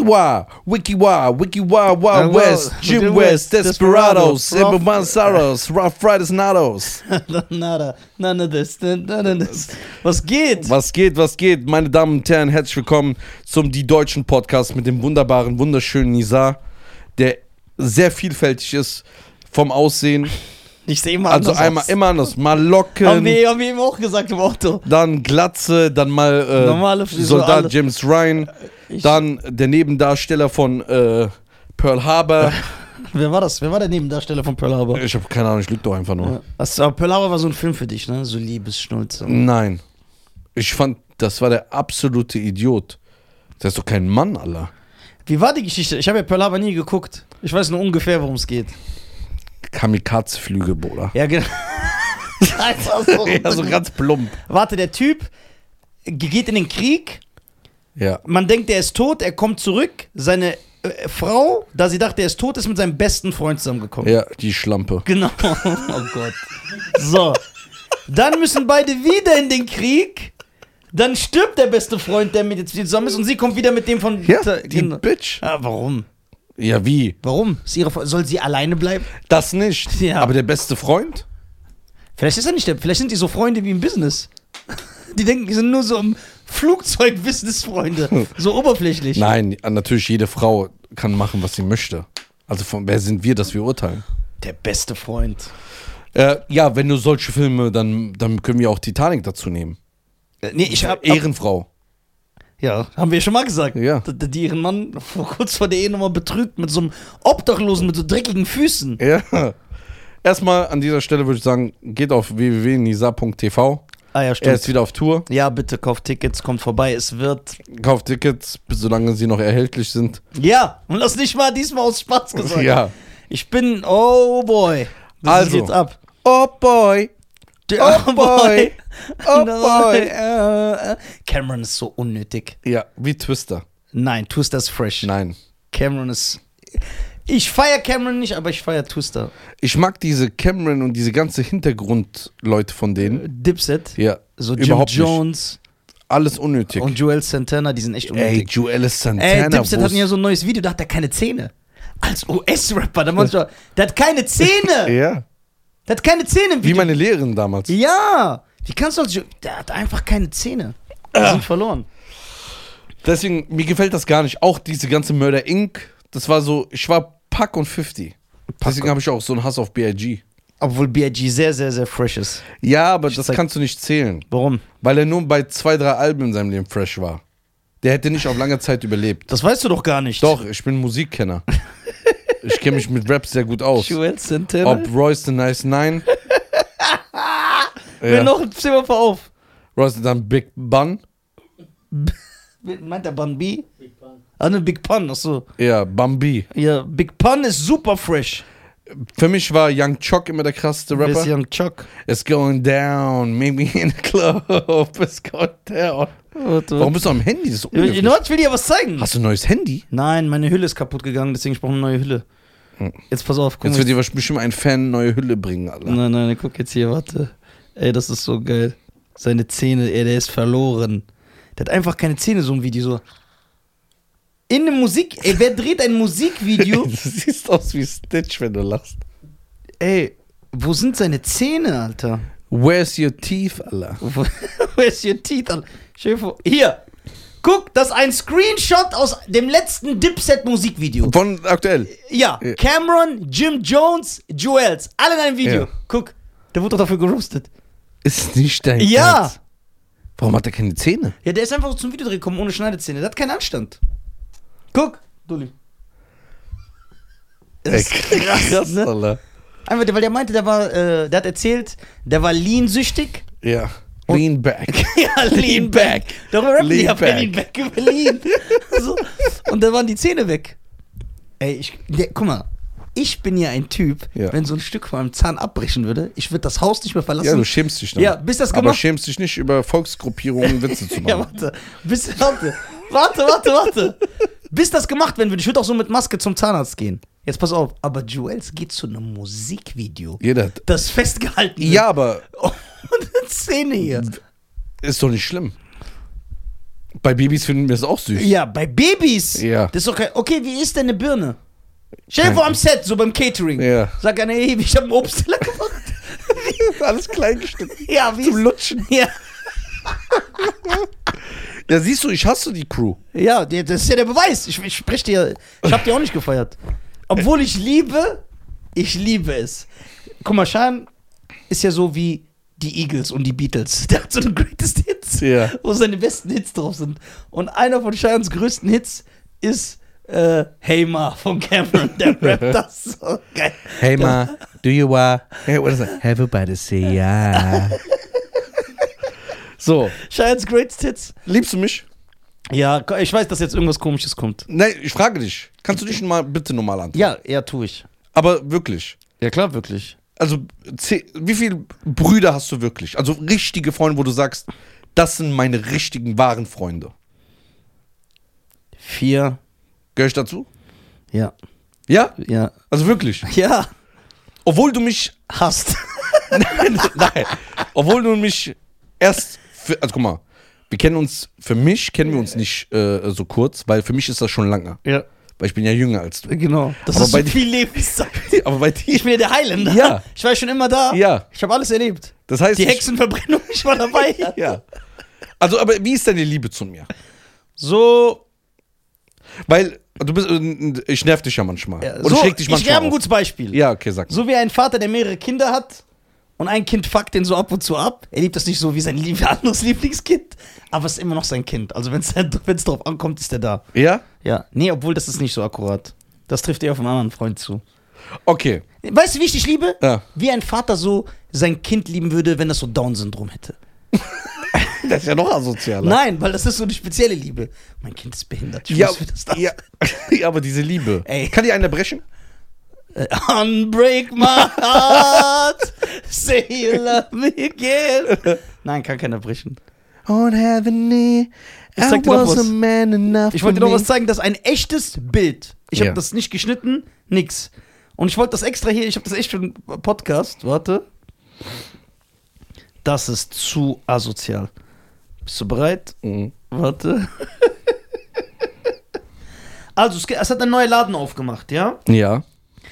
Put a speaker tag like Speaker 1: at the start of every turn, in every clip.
Speaker 1: Wikiwa, Wikiwa, Wikiwa, Wild
Speaker 2: Uh, well,
Speaker 1: West, Jim
Speaker 2: Jim
Speaker 1: West,
Speaker 2: West,
Speaker 1: Desperados,
Speaker 2: Desperados,
Speaker 1: Silver
Speaker 2: Rough-
Speaker 1: Manzaros, Rough Riders Nados.
Speaker 2: Nada, none of this, none of this. Was geht?
Speaker 1: Was geht, was geht, meine Damen und Herren, herzlich willkommen zum Die Deutschen Podcast mit dem wunderbaren, wunderschönen Nizar, der sehr vielfältig ist vom Aussehen.
Speaker 2: Ich sehe mal
Speaker 1: Also
Speaker 2: anders
Speaker 1: einmal
Speaker 2: aus.
Speaker 1: immer anders, mal
Speaker 2: Haben
Speaker 1: Locken,
Speaker 2: wir, haben wir eben auch gesagt im Auto.
Speaker 1: dann Glatze, dann mal äh,
Speaker 2: Normale Frisur,
Speaker 1: Soldat
Speaker 2: alle.
Speaker 1: James Ryan,
Speaker 2: Ich-
Speaker 1: dann der Nebendarsteller von äh, Pearl Harbor.
Speaker 2: Wer war das? Wer war der Nebendarsteller von Pearl Harbor?
Speaker 1: Ich habe keine Ahnung, ich lüge doch einfach nur.
Speaker 2: Ja. Das, aber Pearl Harbor war so ein Film für dich, ne? So Liebesschnulze.
Speaker 1: Nein. Ich fand, das war der absolute Idiot. Das ist doch kein Mann, Allah.
Speaker 2: Wie war die Geschichte? Ich habe ja Pearl Harbor nie geguckt. Ich weiß nur ungefähr, worum es geht.
Speaker 1: Kamikaze-Flüge, Bruder.
Speaker 2: Ja, genau. Einfach so.
Speaker 1: Ja, so ganz plump.
Speaker 2: Warte, der Typ ge- geht in den Krieg.
Speaker 1: Ja.
Speaker 2: Man denkt, er ist tot. Er kommt zurück. Seine äh, Frau, da sie dachte, er ist tot, ist mit seinem besten Freund zusammengekommen.
Speaker 1: Ja, die Schlampe.
Speaker 2: Genau. Oh Gott. So. Dann müssen beide wieder in den Krieg. Dann stirbt der beste Freund, der mit jetzt mit zusammen ist, und sie kommt wieder mit dem von.
Speaker 1: Ja, die
Speaker 2: Genau.
Speaker 1: Bitch.
Speaker 2: Ah, warum?
Speaker 1: Ja, wie?
Speaker 2: Warum? Ist ihre Fre- Soll sie alleine bleiben?
Speaker 1: Das nicht.
Speaker 2: Ja.
Speaker 1: Aber der beste Freund?
Speaker 2: Vielleicht ist er nicht der. Vielleicht sind die so Freunde wie im Business. Die denken, die sind nur so im Flugzeug-Business-Freunde. So oberflächlich.
Speaker 1: Nein, natürlich, jede Frau kann machen, was sie möchte. Also, von wer sind wir, dass wir urteilen?
Speaker 2: Der beste Freund.
Speaker 1: Äh, ja, wenn du solche Filme, dann, dann können wir auch Titanic dazu nehmen.
Speaker 2: Äh, Nee, ich hab.
Speaker 1: Ehrenfrau.
Speaker 2: Ja, haben wir schon mal gesagt.
Speaker 1: Ja.
Speaker 2: D- d- Die ihren Mann vor- kurz vor der Ehe nochmal betrügt mit so einem Obdachlosen mit so dreckigen Füßen.
Speaker 1: Ja. Erstmal an dieser Stelle würde ich sagen, geht auf www.nisa.tv.
Speaker 2: Ah ja,
Speaker 1: Er ist wieder auf Tour.
Speaker 2: Ja, bitte kauft Tickets, kommt vorbei, es wird.
Speaker 1: Kauft Tickets, solange sie noch erhältlich sind.
Speaker 2: Ja, und das nicht mal diesmal aus Spaß gesagt.
Speaker 1: Ja.
Speaker 2: Ich bin, oh boy. Das
Speaker 1: Also.
Speaker 2: geht's ab.
Speaker 1: Oh boy. Oh boy. Oh boy.
Speaker 2: Äh, äh. Cameron ist so unnötig.
Speaker 1: Ja, wie Twister.
Speaker 2: Nein, Twister ist fresh.
Speaker 1: Nein.
Speaker 2: Cameron ist. Ich feier Cameron nicht, aber ich feier Twister.
Speaker 1: Ich mag diese Cameron und diese ganze Hintergrundleute von denen.
Speaker 2: Dipset,
Speaker 1: Ja,
Speaker 2: so Jim
Speaker 1: überhaupt nicht.
Speaker 2: Jones
Speaker 1: alles unnötig.
Speaker 2: und Joel Santana, die sind echt
Speaker 1: Ey,
Speaker 2: unnötig.
Speaker 1: Joel
Speaker 2: Ey,
Speaker 1: Santana.
Speaker 2: Dipset
Speaker 1: wo
Speaker 2: hat ja
Speaker 1: ist-
Speaker 2: so ein neues Video, da hat er keine Zähne. Als US-Rapper, da meinst du, der hat keine Zähne!
Speaker 1: ja.
Speaker 2: Der hat keine Zähne im
Speaker 1: Wie
Speaker 2: Video.
Speaker 1: meine Lehrerin damals.
Speaker 2: ja! Wie kannst du als. Ju- Der hat einfach keine Zähne. Wir sind verloren.
Speaker 1: Deswegen, mir gefällt das gar nicht. Auch diese ganze Murder Inc. Das war so, ich war Pack und 50. Deswegen habe ich auch so einen Hass auf B.I.G.
Speaker 2: Obwohl B.I.G. sehr, sehr, sehr fresh ist.
Speaker 1: Ja, aber das
Speaker 2: zeig-
Speaker 1: kannst du nicht zählen.
Speaker 2: Warum?
Speaker 1: Weil er nur bei zwei, drei Alben in seinem Leben fresh war. Der hätte nicht auf lange Zeit überlebt.
Speaker 2: Das weißt du doch gar nicht.
Speaker 1: Doch, ich bin Musikkenner. Ich kenne mich mit Raps sehr gut aus.
Speaker 2: Joel Santana.
Speaker 1: Ob Royce the Nice Nine,
Speaker 2: Wer
Speaker 1: ja.
Speaker 2: noch? Steh mal vor auf.
Speaker 1: Royce dann Big Bun,
Speaker 2: Meint der Bun B? Big Pun. Ah, ne, Big Pun, achso.
Speaker 1: ja, Bambi.
Speaker 2: Ja, Big Pun ist super fresh.
Speaker 1: Für mich war Young Chuck immer der krasseste
Speaker 2: Wer ist
Speaker 1: Rapper.
Speaker 2: Young Chuck.
Speaker 1: It's going down, meet me in the club, it's going down. Warum bist du am Handy? Das ist
Speaker 2: Ich,
Speaker 1: unhöflich.
Speaker 2: ich will dir was zeigen.
Speaker 1: Hast du ein neues Handy?
Speaker 2: Nein, meine Hülle ist kaputt gegangen, deswegen ich brauche eine neue Hülle. Hm. Jetzt pass auf, guck
Speaker 1: Jetzt
Speaker 2: mal.
Speaker 1: wird dir bestimmt ein Fan neue Hülle bringen, Alter.
Speaker 2: Nein, nein, guck jetzt hier, warte. Ey, das ist so geil. Seine Zähne, ey, der ist verloren. Der hat einfach keine Zähne, so ein Video, so. In einem Musik, ey, wer dreht ein Musikvideo?
Speaker 1: Du siehst aus wie Stitch, wenn du lachst.
Speaker 2: ey, wo sind seine Zähne, Alter?
Speaker 1: Where's your teeth, Alter?
Speaker 2: Wo- Where's your teeth, Alter? Stell dir vor- Hier, guck, das ist ein Screenshot aus dem letzten Dipset-Musikvideo.
Speaker 1: Von aktuell.
Speaker 2: Ja,
Speaker 1: Ja.
Speaker 2: Cameron, Jim Jones, Juels, alle in einem Video.
Speaker 1: Ja.
Speaker 2: Guck, der wurde doch dafür gerostet.
Speaker 1: Ist nicht dein
Speaker 2: Ja!
Speaker 1: Ernst. Warum hat er keine Zähne?
Speaker 2: Ja, der ist einfach so zum Videodreh gekommen ohne Schneidezähne. Der hat keinen Anstand. Guck, Dulli. Das ist krass, ne?
Speaker 1: Alter.
Speaker 2: Einfach, weil der meinte, der war, äh, der hat erzählt, der war lean-süchtig.
Speaker 1: Ja. Lean back.
Speaker 2: ja,
Speaker 1: Lean back.
Speaker 2: Darüber rappen
Speaker 1: Lean
Speaker 2: die ja
Speaker 1: back.
Speaker 2: Berlin back über Lean. so. Und dann waren die Zähne weg. Ey, ich, der, guck mal, ich bin ja ein Typ,
Speaker 1: Ja.
Speaker 2: wenn so ein Stück von meinem Zahn abbrechen würde, ich würde das Haus nicht mehr verlassen.
Speaker 1: Ja, du schämst dich
Speaker 2: Ja, bis das
Speaker 1: Aber
Speaker 2: gemacht-
Speaker 1: schämst dich nicht, über Volksgruppierungen Witze zu
Speaker 2: Ja,
Speaker 1: machen.
Speaker 2: warte. Bis, warte. Warte, warte, warte. Bis das gemacht werden würde. Ich würde auch so mit Maske zum Zahnarzt gehen. Jetzt pass auf. Aber Juels geht zu einem Musikvideo.
Speaker 1: Jeder hat.
Speaker 2: Das festgehalten wird.
Speaker 1: Ja, aber
Speaker 2: Und eine Szene hier.
Speaker 1: ist doch nicht schlimm. Bei Babys finden wir es auch süß.
Speaker 2: Ja, bei Babys.
Speaker 1: Ja.
Speaker 2: Das ist doch kein. Okay, wie ist denn eine Birne? Stell dir
Speaker 1: Kein-
Speaker 2: vor am Set, so beim Catering.
Speaker 1: Ja.
Speaker 2: Sag einer, ey, ich habe einen Obstteller gemacht.
Speaker 1: Alles klein geschnitten.
Speaker 2: ja, wie. Zum Lutschen. Ja.
Speaker 1: Ja, siehst du, ich hasse die Crew.
Speaker 2: ja, der- das ist ja der Beweis. Ich, ich spreche dir. Ich habe dir auch nicht gefeiert. Obwohl ich liebe, ich liebe es. Guck mal, Shan ist ja so wie die Eagles und die Beatles. Der hat so einen Greatest Hits.
Speaker 1: Ja.
Speaker 2: wo seine besten Hits drauf sind. Und einer von Shans größten Hits ist äh, Hey Ma von Cameron. Der rappt das so geil.
Speaker 1: Hey ma, do you uh, hey, what is that? Have a bite say yeah. so,
Speaker 2: Shans Greatest Hits.
Speaker 1: liebst du mich?
Speaker 2: Ja, ich weiß, dass jetzt irgendwas Komisches kommt.
Speaker 1: Nein, ich frage dich. Kannst du dich mal bitte normal antworten?
Speaker 2: Ja, ja, tue ich.
Speaker 1: Aber wirklich.
Speaker 2: Ja, klar, wirklich.
Speaker 1: Also, zeh- wie viele Brüder hast du wirklich? Also richtige Freunde, wo du sagst, das sind meine richtigen, wahren Freunde.
Speaker 2: Vier.
Speaker 1: Gehör ich dazu?
Speaker 2: Ja,
Speaker 1: Ja?
Speaker 2: ja.
Speaker 1: Also wirklich.
Speaker 2: Ja,
Speaker 1: Obwohl du mich
Speaker 2: hast.
Speaker 1: Nein, nein. Obwohl du mich erst. Für, also guck mal, wir kennen uns, für mich kennen wir uns nicht äh, so kurz, weil für mich ist das schon lange.
Speaker 2: Ja.
Speaker 1: Weil ich bin ja jünger als du.
Speaker 2: Genau. Das
Speaker 1: Aber
Speaker 2: ist
Speaker 1: bei
Speaker 2: so
Speaker 1: dir-
Speaker 2: viel Lebenszeit.
Speaker 1: Aber bei dir.
Speaker 2: Ich bin ja der Highlander.
Speaker 1: Ja.
Speaker 2: Ich war schon immer da.
Speaker 1: Ja.
Speaker 2: Ich habe alles erlebt.
Speaker 1: Das heißt.
Speaker 2: Die Hexenverbrennung, ich war dabei.
Speaker 1: Ich, ja. Also, aber wie ist deine Liebe zu mir?
Speaker 2: So,
Speaker 1: Weil du bist. äh, Ich nerv dich ja manchmal.
Speaker 2: ja,
Speaker 1: Oder
Speaker 2: so,
Speaker 1: ich reg dich
Speaker 2: ich gebe
Speaker 1: manchmal.
Speaker 2: ein
Speaker 1: auf.
Speaker 2: gutes Beispiel.
Speaker 1: ja, okay, sag mal.
Speaker 2: So wie ein Vater, der mehrere Kinder hat und ein Kind fuckt den so ab und zu ab. Er liebt das nicht so wie sein lieb anderes Lieblingskind, aber es ist immer noch sein Kind. Also wenn es drauf ankommt, ist er da.
Speaker 1: Ja?
Speaker 2: Ja. Nee, obwohl das ist nicht so akkurat. Das trifft eher auf einen anderen Freund zu.
Speaker 1: Okay.
Speaker 2: Weißt du, wie ich dich liebe?
Speaker 1: Ja.
Speaker 2: Wie ein Vater so sein Kind lieben würde, wenn das so Down-Syndrom hätte.
Speaker 1: Das ist ja noch asozialer.
Speaker 2: Nein, weil das ist so eine spezielle Liebe. Mein Kind ist behindert. Ich
Speaker 1: Ja,
Speaker 2: muss für das da.
Speaker 1: ja, ja, aber diese Liebe.
Speaker 2: Ey.
Speaker 1: Kann die einer brechen?
Speaker 2: Äh, Unbreak my heart. Say you love me again. Nein, kann keiner brechen.
Speaker 1: On heaven, eh,
Speaker 2: Ich zeig dir noch was.
Speaker 1: man enough
Speaker 2: Ich wollte dir
Speaker 1: for
Speaker 2: noch
Speaker 1: me.
Speaker 2: was zeigen, das ist ein echtes Bild. Ich habe
Speaker 1: Ja.
Speaker 2: das nicht geschnitten, nix. Und ich wollte das extra hier, ich habe das echt für einen Podcast. Warte. Das ist zu asozial. Bist du bereit?
Speaker 1: Mhm.
Speaker 2: Warte. Also, es, ge- es hat ein neuer Laden aufgemacht, ja?
Speaker 1: Ja.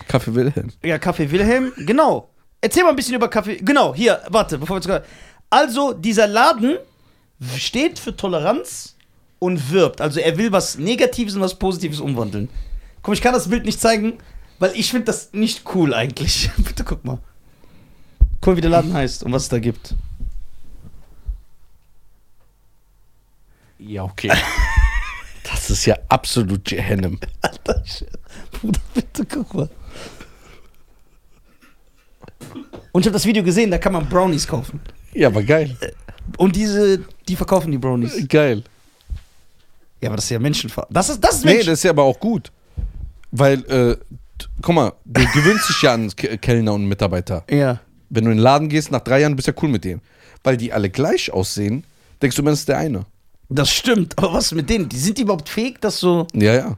Speaker 1: Kaffee Wilhelm.
Speaker 2: Ja, Kaffee Wilhelm, genau. Erzähl mal ein bisschen über Kaffee. Genau, hier, warte, bevor wir zu. Also, dieser Laden w- steht für Toleranz und wirbt. Also, er will was Negatives in was Positives umwandeln. Komm, ich kann das Bild nicht zeigen, weil ich finde das nicht cool eigentlich. Bitte guck mal. Guck mal, wie der Laden heißt und was es da gibt.
Speaker 1: Ja, okay. Das ist ja absolut Jehennem.
Speaker 2: Alter, Sch- Bruder, bitte guck mal. Und ich habe das Video gesehen, da kann man Brownies kaufen.
Speaker 1: Ja, aber geil.
Speaker 2: Und diese, die verkaufen die Brownies.
Speaker 1: Geil.
Speaker 2: Ja, aber das ist ja Menschenver... Das ist, das ist
Speaker 1: Nee,
Speaker 2: Menschen...
Speaker 1: das ist ja aber auch gut. Weil, äh, t- guck mal, du gewöhnst dich ja an K Kellner und Mitarbeiter.
Speaker 2: ja.
Speaker 1: Wenn du in den Laden gehst, nach drei Jahren bist du ja cool mit denen. Weil die alle gleich aussehen, denkst du, man ist der eine.
Speaker 2: Das stimmt, aber was mit denen? Die sind die überhaupt fähig, das so...
Speaker 1: Ja, ja.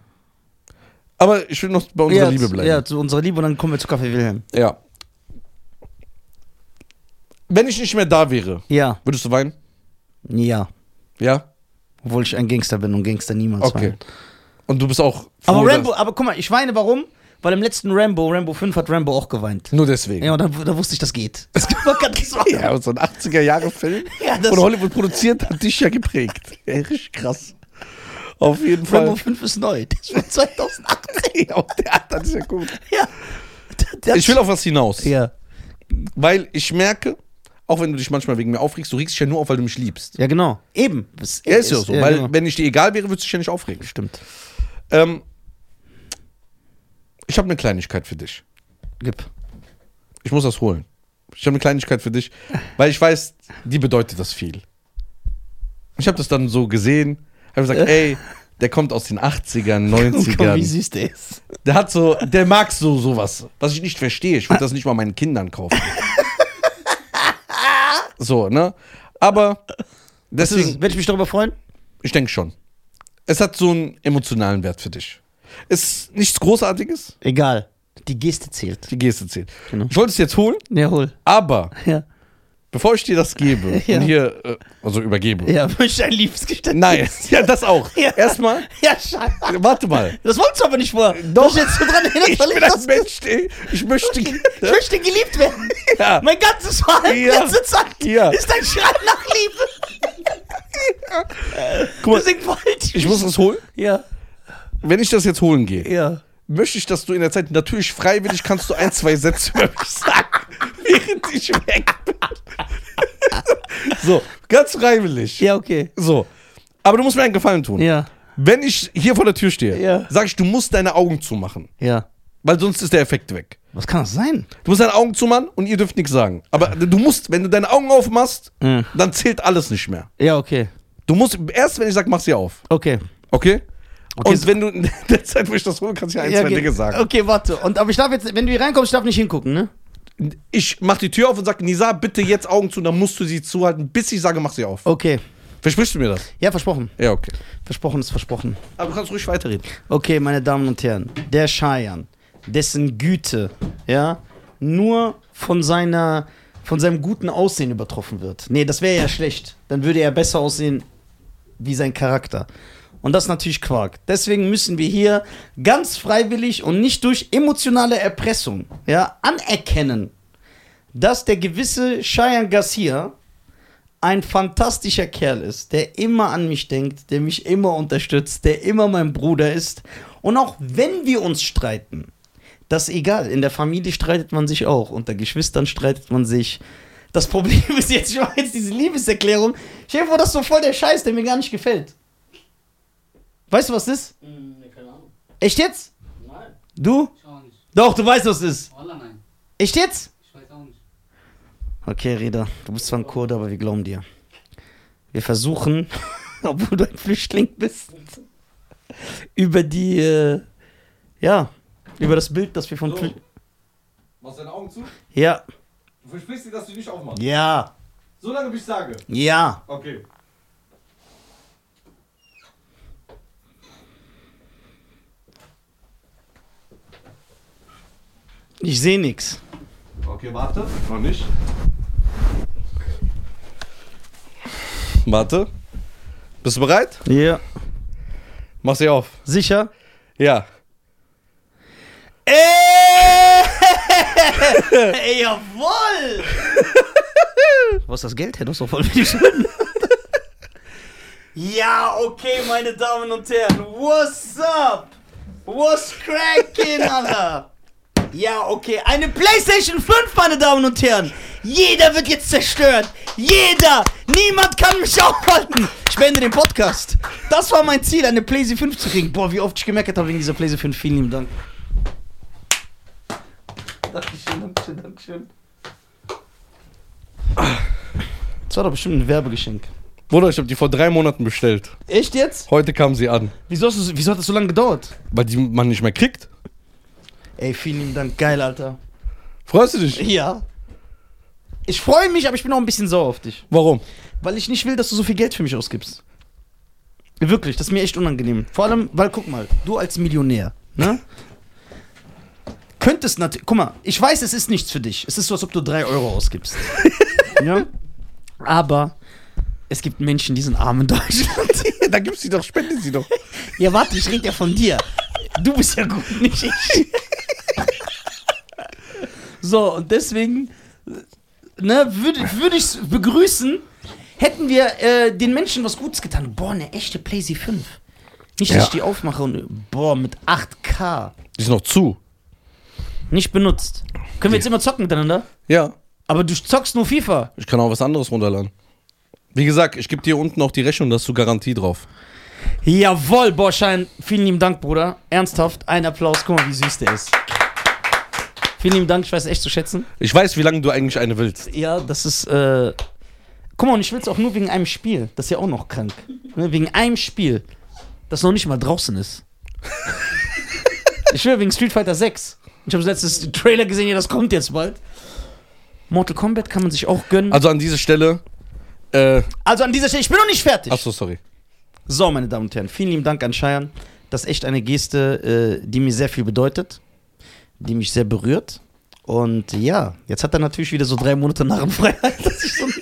Speaker 1: Aber ich will noch bei unserer
Speaker 2: ja,
Speaker 1: Liebe bleiben.
Speaker 2: Ja, zu unserer Liebe und dann kommen wir zu Kaffee Wilhelm.
Speaker 1: Ja. Wenn ich nicht mehr da wäre,
Speaker 2: Ja,
Speaker 1: würdest du weinen?
Speaker 2: ja.
Speaker 1: Ja?
Speaker 2: Obwohl ich ein Gangster bin und Gangster niemals
Speaker 1: Okay.
Speaker 2: weinen.
Speaker 1: Und du bist auch.
Speaker 2: Aber
Speaker 1: froh,
Speaker 2: Rambo, aber guck mal, ich weine, warum? Weil im letzten Rambo, Rambo 5, hat Rambo auch
Speaker 1: dass-
Speaker 2: geweint.
Speaker 1: Nur deswegen.
Speaker 2: Ja, und da, da wusste ich, das geht. Das kann das machen.
Speaker 1: Ja, und so ein 80er-Jahre-Film
Speaker 2: Ja, das-
Speaker 1: von Hollywood produziert, hat dich ja geprägt. Ja, richtig krass. Auf jeden
Speaker 2: Rambo
Speaker 1: Fall.
Speaker 2: 5 ist neu, der ist von 2018.
Speaker 1: Ja, und der, das ist ja gut.
Speaker 2: ja. Der, der
Speaker 1: Ich will auf was hinaus.
Speaker 2: Ja.
Speaker 1: Weil ich merke, auch wenn du dich manchmal wegen mir aufregst, du regst dich ja nur auf, weil du mich liebst.
Speaker 2: ja, genau. Eben. Das
Speaker 1: Ja, ist ja so. weil,
Speaker 2: genau.
Speaker 1: wenn ich dir egal wäre, würdest du dich ja nicht aufregen.
Speaker 2: Stimmt.
Speaker 1: Ähm, ich habe eine Kleinigkeit für dich.
Speaker 2: Gib.
Speaker 1: Ich muss das holen. Ich habe eine Kleinigkeit für dich, weil ich weiß, die bedeutet das viel. Ich habe das dann so gesehen, habe gesagt, ey, der kommt aus den 80ern,
Speaker 2: Guck mal, Äh.
Speaker 1: 90ern.
Speaker 2: wie süß der ist.
Speaker 1: Der hat so, der mag so sowas, was ich nicht verstehe. Ich würde das nicht mal meinen Kindern kaufen. So, ne? Aber
Speaker 2: Das
Speaker 1: deswegen,
Speaker 2: ist- Werde ich mich darüber freuen?
Speaker 1: ich denke schon. Es hat so einen emotionalen Wert für dich. Es ist nichts Großartiges,
Speaker 2: Egal. Die Geste zählt.
Speaker 1: die Geste zählt.
Speaker 2: Genau.
Speaker 1: Ich wollte es jetzt holen,
Speaker 2: Ja, hol.
Speaker 1: aber
Speaker 2: Ja.
Speaker 1: bevor ich dir das gebe
Speaker 2: Ja.
Speaker 1: und hier, äh, also übergebe.
Speaker 2: Ja, möchte ein Liebesgeständnis.
Speaker 1: Nein, ja, das auch.
Speaker 2: Ja.
Speaker 1: Erstmal,
Speaker 2: Ja, scheiße.
Speaker 1: warte mal.
Speaker 2: Das wolltest du aber nicht vor. Doch. Du jetzt so dran erinnert,
Speaker 1: Ich
Speaker 2: weil
Speaker 1: bin
Speaker 2: das
Speaker 1: ein Mensch, ey. ich möchte
Speaker 2: Ich
Speaker 1: gerne.
Speaker 2: möchte geliebt werden.
Speaker 1: Ja.
Speaker 2: Mein ganzes Verhalten
Speaker 1: Ja.
Speaker 2: letzte Zeit
Speaker 1: Ja.
Speaker 2: ist ein Schrei nach Liebe.
Speaker 1: Guck mal,
Speaker 2: Deswegen wollte ich.
Speaker 1: Ich muss das holen.
Speaker 2: Ja,
Speaker 1: Wenn ich das jetzt holen gehe,
Speaker 2: ja.
Speaker 1: möchte ich, dass du in der Zeit natürlich freiwillig kannst du ein, zwei Sätze über mich sagen, während ich weg bin. so, ganz freiwillig.
Speaker 2: Ja, okay.
Speaker 1: So. Aber du musst mir einen Gefallen tun.
Speaker 2: Ja,
Speaker 1: Wenn ich hier vor der Tür stehe,
Speaker 2: Ja.
Speaker 1: sag ich, du musst deine Augen zumachen.
Speaker 2: ja.
Speaker 1: Weil sonst ist der Effekt weg.
Speaker 2: Was kann das sein?
Speaker 1: Du musst deine Augen zumachen und ihr dürft nichts sagen. Aber du musst, wenn du deine Augen aufmachst,
Speaker 2: Mhm.
Speaker 1: dann zählt alles nicht mehr.
Speaker 2: Ja, okay.
Speaker 1: Du musst, erst wenn ich sag, mach sie auf.
Speaker 2: Okay.
Speaker 1: Okay?
Speaker 2: Okay,
Speaker 1: und
Speaker 2: so-
Speaker 1: wenn du in der Zeit, wo ich das hole, kannst du ja ein,
Speaker 2: ja,
Speaker 1: zwei
Speaker 2: okay.
Speaker 1: Dinge sagen.
Speaker 2: Okay, warte. Und, aber ich darf jetzt, wenn du hier reinkommst, ich darf nicht hingucken, ne?
Speaker 1: Ich mach die Tür auf und sag, Nisa, bitte jetzt Augen zu, dann musst du sie zuhalten, bis ich sage, mach sie auf.
Speaker 2: Okay.
Speaker 1: Versprichst du mir das?
Speaker 2: Ja, versprochen.
Speaker 1: Ja, okay.
Speaker 2: Versprochen ist versprochen.
Speaker 1: Aber du kannst ruhig weiterreden.
Speaker 2: Okay, meine Damen und Herren, der Scheiern, dessen Güte, ja, nur von seiner, von seinem guten Aussehen übertroffen wird. Nee, das wäre ja schlecht. Dann würde er besser aussehen wie sein Charakter. Und das ist natürlich Quark. Deswegen müssen wir hier ganz freiwillig und nicht durch emotionale Erpressung, ja, anerkennen, dass der gewisse Cheyenne Garcia ein fantastischer Kerl ist, der immer an mich denkt, der mich immer unterstützt, der immer mein Bruder ist. Und auch wenn wir uns streiten, das ist egal. In der Familie streitet man sich auch, unter Geschwistern streitet man sich. Das Problem ist jetzt, ich mache jetzt diese Liebeserklärung. Stell dir vor, das ist so voll der Scheiß, der mir gar nicht gefällt. Weißt du, was das ist?
Speaker 3: Hm, nee, keine Ahnung.
Speaker 2: Echt jetzt?
Speaker 3: Nein,
Speaker 2: Du?
Speaker 3: ich auch nicht.
Speaker 2: Doch, du weißt, was das ist.
Speaker 3: Wallah, nein.
Speaker 2: Echt jetzt?
Speaker 3: Ich weiß auch nicht.
Speaker 2: Okay, Reda, du bist zwar ein Kurde, aber wir glauben dir. Wir versuchen, obwohl du ein Flüchtling bist, über die, äh, ja, über das Bild, das wir von.
Speaker 1: So.
Speaker 2: Flü-
Speaker 1: Machst deine Augen zu,
Speaker 2: Ja,
Speaker 1: du versprichst dir, dass du die nicht aufmachst.
Speaker 2: ja,
Speaker 1: So lange, bis ich sage.
Speaker 2: ja.
Speaker 1: Okay.
Speaker 2: Ich sehe nichts.
Speaker 1: Okay, warte. Noch nicht. Warte. Bist du bereit?
Speaker 2: Ja.
Speaker 1: Mach sie auf.
Speaker 2: Sicher?
Speaker 1: Ja.
Speaker 2: Ey, jawoll! Was das Geld her? Du hast doch voll viel Schulden. ja, okay, meine Damen und Herren. What's up? What's cracking, Alter? Ja, okay. Eine PlayStation 5, meine Damen und Herren. Jeder wird jetzt zerstört. Jeder. Niemand kann mich aufhalten. Ich beende den Podcast. Das war mein Ziel, eine PlayStation 5 zu kriegen. Boah, wie oft ich gemerkt habe wegen dieser PlayStation 5. Vielen lieben Dank. Dankeschön, Dankeschön, Dankeschön. Das war doch bestimmt ein Werbegeschenk.
Speaker 1: Bruder, ich habe die vor drei Monaten bestellt.
Speaker 2: Echt jetzt?
Speaker 1: Heute kam sie an.
Speaker 2: Wieso, hast du, wieso hat das so lange gedauert?
Speaker 1: Weil die man nicht mehr kriegt.
Speaker 2: Ey, vielen lieben Dank. Geil, Alter.
Speaker 1: Freust du dich?
Speaker 2: Ja. Ich freue mich, aber ich bin auch ein bisschen sauer auf dich.
Speaker 1: Warum?
Speaker 2: Weil ich nicht will, dass du so viel Geld für mich ausgibst. Wirklich, das ist mir echt unangenehm. Vor allem, weil guck mal, du als Millionär, ne? Könntest natürlich. Guck mal, ich weiß, es ist nichts für dich. Es ist so, als ob du 3 Euro ausgibst. ja? Aber es gibt Menschen, die sind arm in Deutschland.
Speaker 1: da gibst sie doch, spende sie doch.
Speaker 2: ja, warte, ich rede ja von dir. Du bist ja gut, nicht ich. so, und deswegen ne, würde würd ich begrüßen, hätten wir äh, den Menschen was Gutes getan. Boah, eine echte PlayStation 5. Nicht, dass
Speaker 1: Ja.
Speaker 2: ich die aufmache und boah, mit 8K.
Speaker 1: Die ist noch zu.
Speaker 2: Nicht benutzt. Können wir jetzt immer zocken miteinander?
Speaker 1: Ja.
Speaker 2: Aber du zockst nur FIFA.
Speaker 1: Ich kann auch was anderes runterladen. Wie gesagt, ich gebe dir unten auch die Rechnung, da hast du Garantie drauf.
Speaker 2: Jawohl, Borschein. Vielen lieben Dank, Bruder. Ernsthaft, ein Applaus. Guck mal, wie süß der ist. Vielen lieben Dank, ich weiß echt zu schätzen.
Speaker 1: Ich weiß, wie lange du eigentlich eine willst.
Speaker 2: Ja, das ist. Äh Guck mal, und ich will es auch nur wegen einem Spiel. Das ist ja auch noch krank. Ne? Wegen einem Spiel, das noch nicht mal draußen ist. ich will wegen Street Fighter 6. Ich habe letztes Trailer gesehen, ja, das kommt jetzt bald. Mortal Kombat kann man sich auch gönnen.
Speaker 1: Also an dieser Stelle. Äh,
Speaker 2: Also an dieser Stelle, Mhm. ich bin noch nicht fertig.
Speaker 1: achso, sorry.
Speaker 2: So, meine Damen und Herren, vielen lieben Dank an Scheiern. Das ist echt eine Geste, äh, die mir sehr viel bedeutet, die mich sehr berührt. Und ja, jetzt hat er natürlich wieder so drei Monate Narrenfreiheit, dass ich so ein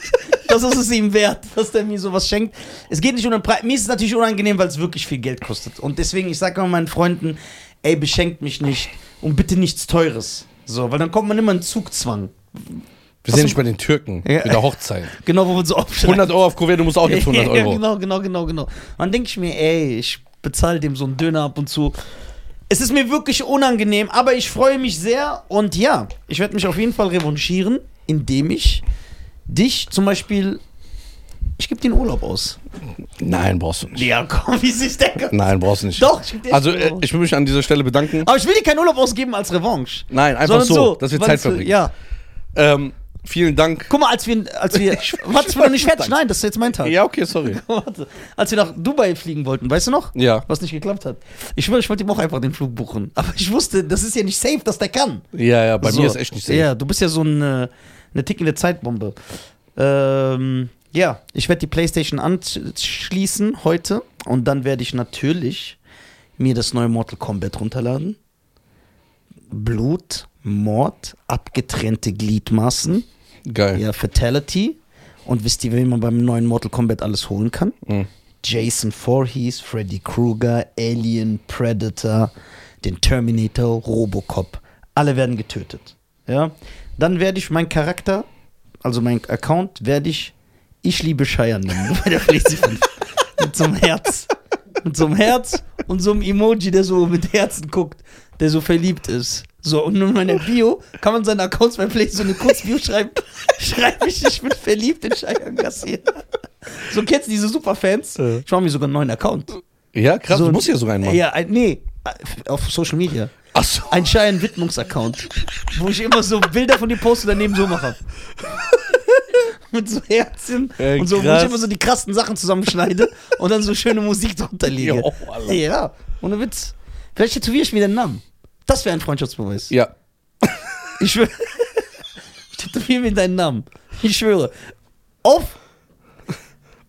Speaker 2: Das ist es ihm wert, dass der mir sowas schenkt. Es geht nicht um den Preis. Mir ist es natürlich unangenehm, weil es wirklich viel Geld kostet. Und deswegen, ich sage immer meinen Freunden, ey, beschenkt mich nicht und bitte nichts Teures. So, weil dann kommt man immer in Zugzwang.
Speaker 1: Wir sind nicht bei den Türken
Speaker 2: Ja.
Speaker 1: mit der Hochzeit.
Speaker 2: Genau, wo wir so aufschreiben.
Speaker 1: 100 Euro auf Kuvert, du musst auch jetzt 100
Speaker 2: Ja,
Speaker 1: Euro.
Speaker 2: genau, genau, genau, genau. Dann denke ich mir, ey, ich bezahle dem so einen Döner ab und zu. Es ist mir wirklich unangenehm, aber ich freue mich sehr und ja, ich werde mich auf jeden Fall revanchieren, indem ich dich zum Beispiel. Ich gebe den Urlaub aus.
Speaker 1: Nein, brauchst du nicht.
Speaker 2: Ja, komm, wie sich denke.
Speaker 1: Nein, brauchst du nicht.
Speaker 2: Doch, ich geb dir
Speaker 1: Also,
Speaker 2: schon
Speaker 1: äh,
Speaker 2: Urlaub.
Speaker 1: ich will mich an dieser Stelle bedanken.
Speaker 2: Aber ich will dir keinen Urlaub ausgeben als Revanche.
Speaker 1: Nein, einfach
Speaker 2: Sondern
Speaker 1: so, dass wir
Speaker 2: weil
Speaker 1: Zeit
Speaker 2: es-
Speaker 1: verbringen.
Speaker 2: Ja.
Speaker 1: Ähm, vielen Dank.
Speaker 2: Guck mal, als wir. Als wir warte, ich bin noch nicht fertig. Nein, das ist jetzt mein Tag.
Speaker 1: Ja, okay, sorry.
Speaker 2: Warte. Als wir nach Dubai fliegen wollten, weißt du noch?
Speaker 1: Ja.
Speaker 2: Was nicht geklappt hat. Ich schwöre, ich wollte ihm auch einfach den Flug buchen. Aber ich wusste, das ist ja nicht safe, dass der kann.
Speaker 1: Ja, ja, bei
Speaker 2: So.
Speaker 1: mir ist echt nicht safe.
Speaker 2: Ja, du bist ja so eine, eine tickende Zeitbombe. Ähm, ja, ich werde die Playstation anschließen heute und dann werde ich natürlich mir das neue Mortal Kombat runterladen. Blut, Mord, abgetrennte Gliedmaßen,
Speaker 1: Geil.
Speaker 2: ja, Fatality. Und wisst ihr, wen man beim neuen Mortal Kombat alles holen kann?
Speaker 1: Mhm.
Speaker 2: Jason Voorhees, Freddy Krueger, Alien, Predator, den Terminator, Robocop. Alle werden getötet. Ja? Dann werde ich meinen Charakter, also meinen Account, werde ich Ich liebe Scheiern nennen. Bei der PlayStation. mit so einem Herz. Mit so einem Herz und so einem Emoji, der so mit Herzen guckt, der so verliebt ist. So, und in meiner Bio kann man seinen Accounts bei PlayStation so eine Kurzbio schreiben. Schreibe ich, ich bin verliebt in Scheiern Gassier. So kennst du diese Superfans?
Speaker 1: Äh.
Speaker 2: Ich mache mir sogar einen neuen Account.
Speaker 1: Ja, krass,
Speaker 2: So-
Speaker 1: du musst ja sogar einen machen.
Speaker 2: Ja, ein, nee, auf Social Media.
Speaker 1: Achso.
Speaker 2: Ein Schein Widmungs-Account, wo ich immer so Bilder von dir poste und daneben so mache. Mit so Herzchen
Speaker 1: Äh,
Speaker 2: und so, wo
Speaker 1: krass.
Speaker 2: ich immer so die krassen Sachen zusammenschneide und dann so schöne Musik drunter lege.
Speaker 1: Jo, Alter.
Speaker 2: ja, ohne Witz. Vielleicht tätowiere ich mir den Namen. Das wäre ein Freundschaftsbeweis.
Speaker 1: Ja.
Speaker 2: Ich schwöre. Ich tätowiere mir deinen Namen. Ich schwöre. Auf.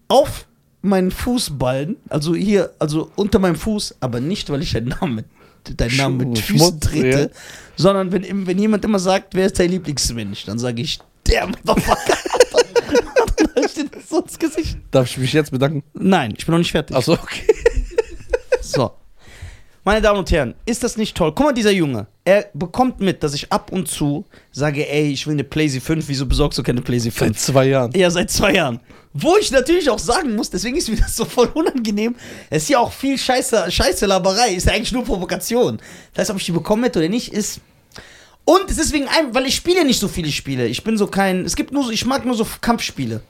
Speaker 2: Auf meinen Fußballen, also hier, also unter meinem Fuß, aber nicht, weil ich deinen Namen mit, deinen Namen mit
Speaker 1: Schmutz,
Speaker 2: Füßen trete, sondern wenn, wenn jemand immer sagt, wer ist dein Lieblingsmensch, dann sage ich, der Motherfucker. Und dann steht das so ins Gesicht.
Speaker 1: Darf ich mich jetzt bedanken?
Speaker 2: Nein, ich bin noch nicht fertig.
Speaker 1: Achso, okay.
Speaker 2: So. Meine Damen und Herren, ist das nicht toll? Guck mal, dieser Junge, er bekommt mit, dass ich ab und zu sage, ey, ich will eine PlayStation 5, wieso besorgst du keine PlayStation 5?
Speaker 1: Seit zwei Jahren.
Speaker 2: Ja, seit zwei Jahren. Wo ich natürlich auch sagen muss, deswegen ist mir das so voll unangenehm. Es ist ja auch viel Scheiße, Scheiße Laberei. Ist ja eigentlich nur Provokation. Das heißt, ob ich die bekommen hätte oder nicht, ist. Und es ist wegen einem, weil ich spiele nicht so viele Spiele. Ich bin so kein. Es gibt nur so, ich mag nur so Kampfspiele.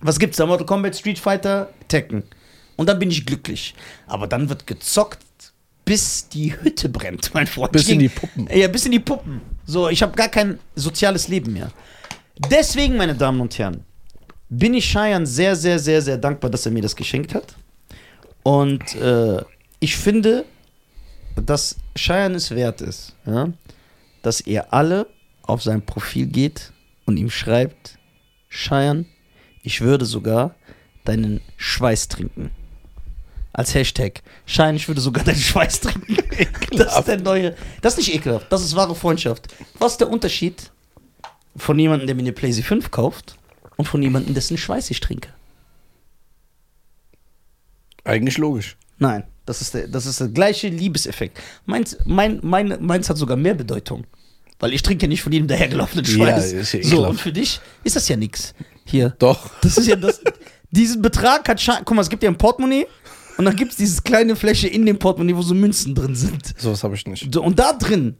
Speaker 2: Was gibt's da? Mortal Kombat, Street Fighter, Tekken. Und dann bin ich glücklich. Aber dann wird gezockt, bis die Hütte brennt, mein Freund.
Speaker 1: Bis
Speaker 2: Ich
Speaker 1: in
Speaker 2: ging-
Speaker 1: die Puppen.
Speaker 2: Ja, bis in die Puppen. So, ich habe gar kein soziales Leben mehr. Deswegen, meine Damen und Herren, bin ich Cheyenne sehr, sehr, sehr, sehr dankbar, dass er mir das geschenkt hat. Und äh, ich finde, dass Cheyenne es wert ist, ja? dass ihr alle auf sein Profil geht und ihm schreibt, Cheyenne, ich würde sogar deinen Schweiß trinken. Als Hashtag. Cheyenne, ich würde sogar deinen Schweiß trinken. Das ist der neue. Das ist nicht ekelhaft. Das ist wahre Freundschaft. Was ist der Unterschied von jemandem, der mir eine PlayStation 5 kauft und von jemandem, dessen Schweiß ich trinke?
Speaker 1: Eigentlich logisch.
Speaker 2: Nein, das ist der, das ist der gleiche Liebeseffekt. Meins, mein, mein, meins hat sogar mehr Bedeutung. Weil ich trinke nicht von jedem dahergelaufenen
Speaker 1: Ja,
Speaker 2: Schweiß.
Speaker 1: ist ja
Speaker 2: so,
Speaker 1: ekelhaft.
Speaker 2: und für dich ist das ja nix. Hier.
Speaker 1: Doch.
Speaker 2: Das ist ja das. diesen Betrag hat Scha Guck mal, es gibt ja ein Portemonnaie und dann gibt es diese kleine Fläche in dem Portemonnaie, wo so Münzen drin sind.
Speaker 1: Sowas habe ich nicht.
Speaker 2: So, und da drin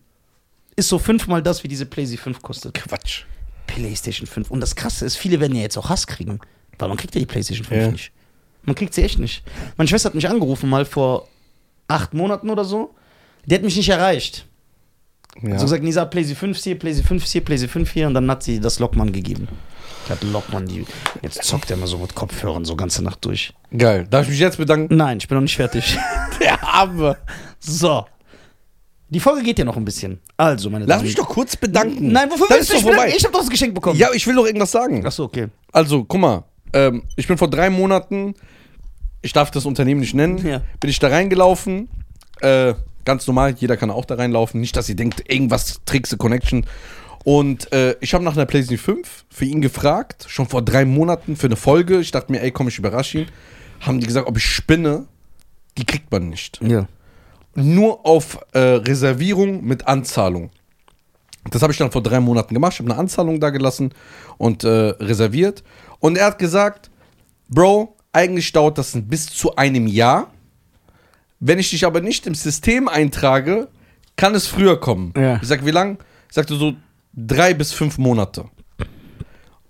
Speaker 2: ist so fünfmal das, wie diese PlayStation 5 kostet.
Speaker 1: Quatsch.
Speaker 2: PlayStation 5. Und das Krasse ist, viele werden ja jetzt auch Hass kriegen, weil man kriegt ja die PlayStation 5
Speaker 1: Ja.
Speaker 2: nicht. Man kriegt sie echt nicht. Meine Schwester hat mich angerufen mal vor acht Monaten oder so. Die hat mich nicht erreicht.
Speaker 1: Ja.
Speaker 2: So gesagt, Nisa, PlayStation 5 hier, PlayStation 5 hier, PlayStation 5 hier. Und dann hat sie das Lockmann gegeben. Ich hab Lockmann, die. Jetzt zockt er immer so mit Kopfhörern so ganze Nacht durch.
Speaker 1: Geil. Darf ich mich jetzt bedanken?
Speaker 2: Nein, ich bin noch nicht fertig.
Speaker 1: Der Arme.
Speaker 2: So. Die Folge geht ja noch ein bisschen. Also, meine
Speaker 1: Lass mich doch kurz bedanken.
Speaker 2: Nein, wofür
Speaker 1: das ist
Speaker 2: willst du
Speaker 1: doch
Speaker 2: dich bedanken?
Speaker 1: vorbei.
Speaker 2: Ich hab doch das Geschenk bekommen.
Speaker 1: Ja, ich will doch irgendwas sagen.
Speaker 2: Achso, okay.
Speaker 1: Also, guck mal. Ähm, ich bin vor drei Monaten, ich darf das Unternehmen nicht nennen,
Speaker 2: Ja.
Speaker 1: bin ich da reingelaufen. Äh, ganz normal, jeder kann auch da reinlaufen. Nicht, dass ihr denkt, irgendwas, Trickse, Connection. Und äh, ich habe nach einer PlayStation 5 für ihn gefragt, schon vor drei Monaten für eine Folge. Ich dachte mir, ey, komm, ich überrasche ihn. Haben die gesagt, ob ich spinne, die kriegt man nicht.
Speaker 2: Ja.
Speaker 1: Nur auf äh, Reservierung mit Anzahlung. Das habe ich dann vor drei Monaten gemacht. Ich habe eine Anzahlung da gelassen und äh, reserviert. Und er hat gesagt, Bro, eigentlich dauert das bis zu einem Jahr. Wenn ich dich aber nicht im System eintrage, kann es früher kommen.
Speaker 2: Ja.
Speaker 1: Ich sag, wie lang? Ich sagte so drei bis fünf Monate.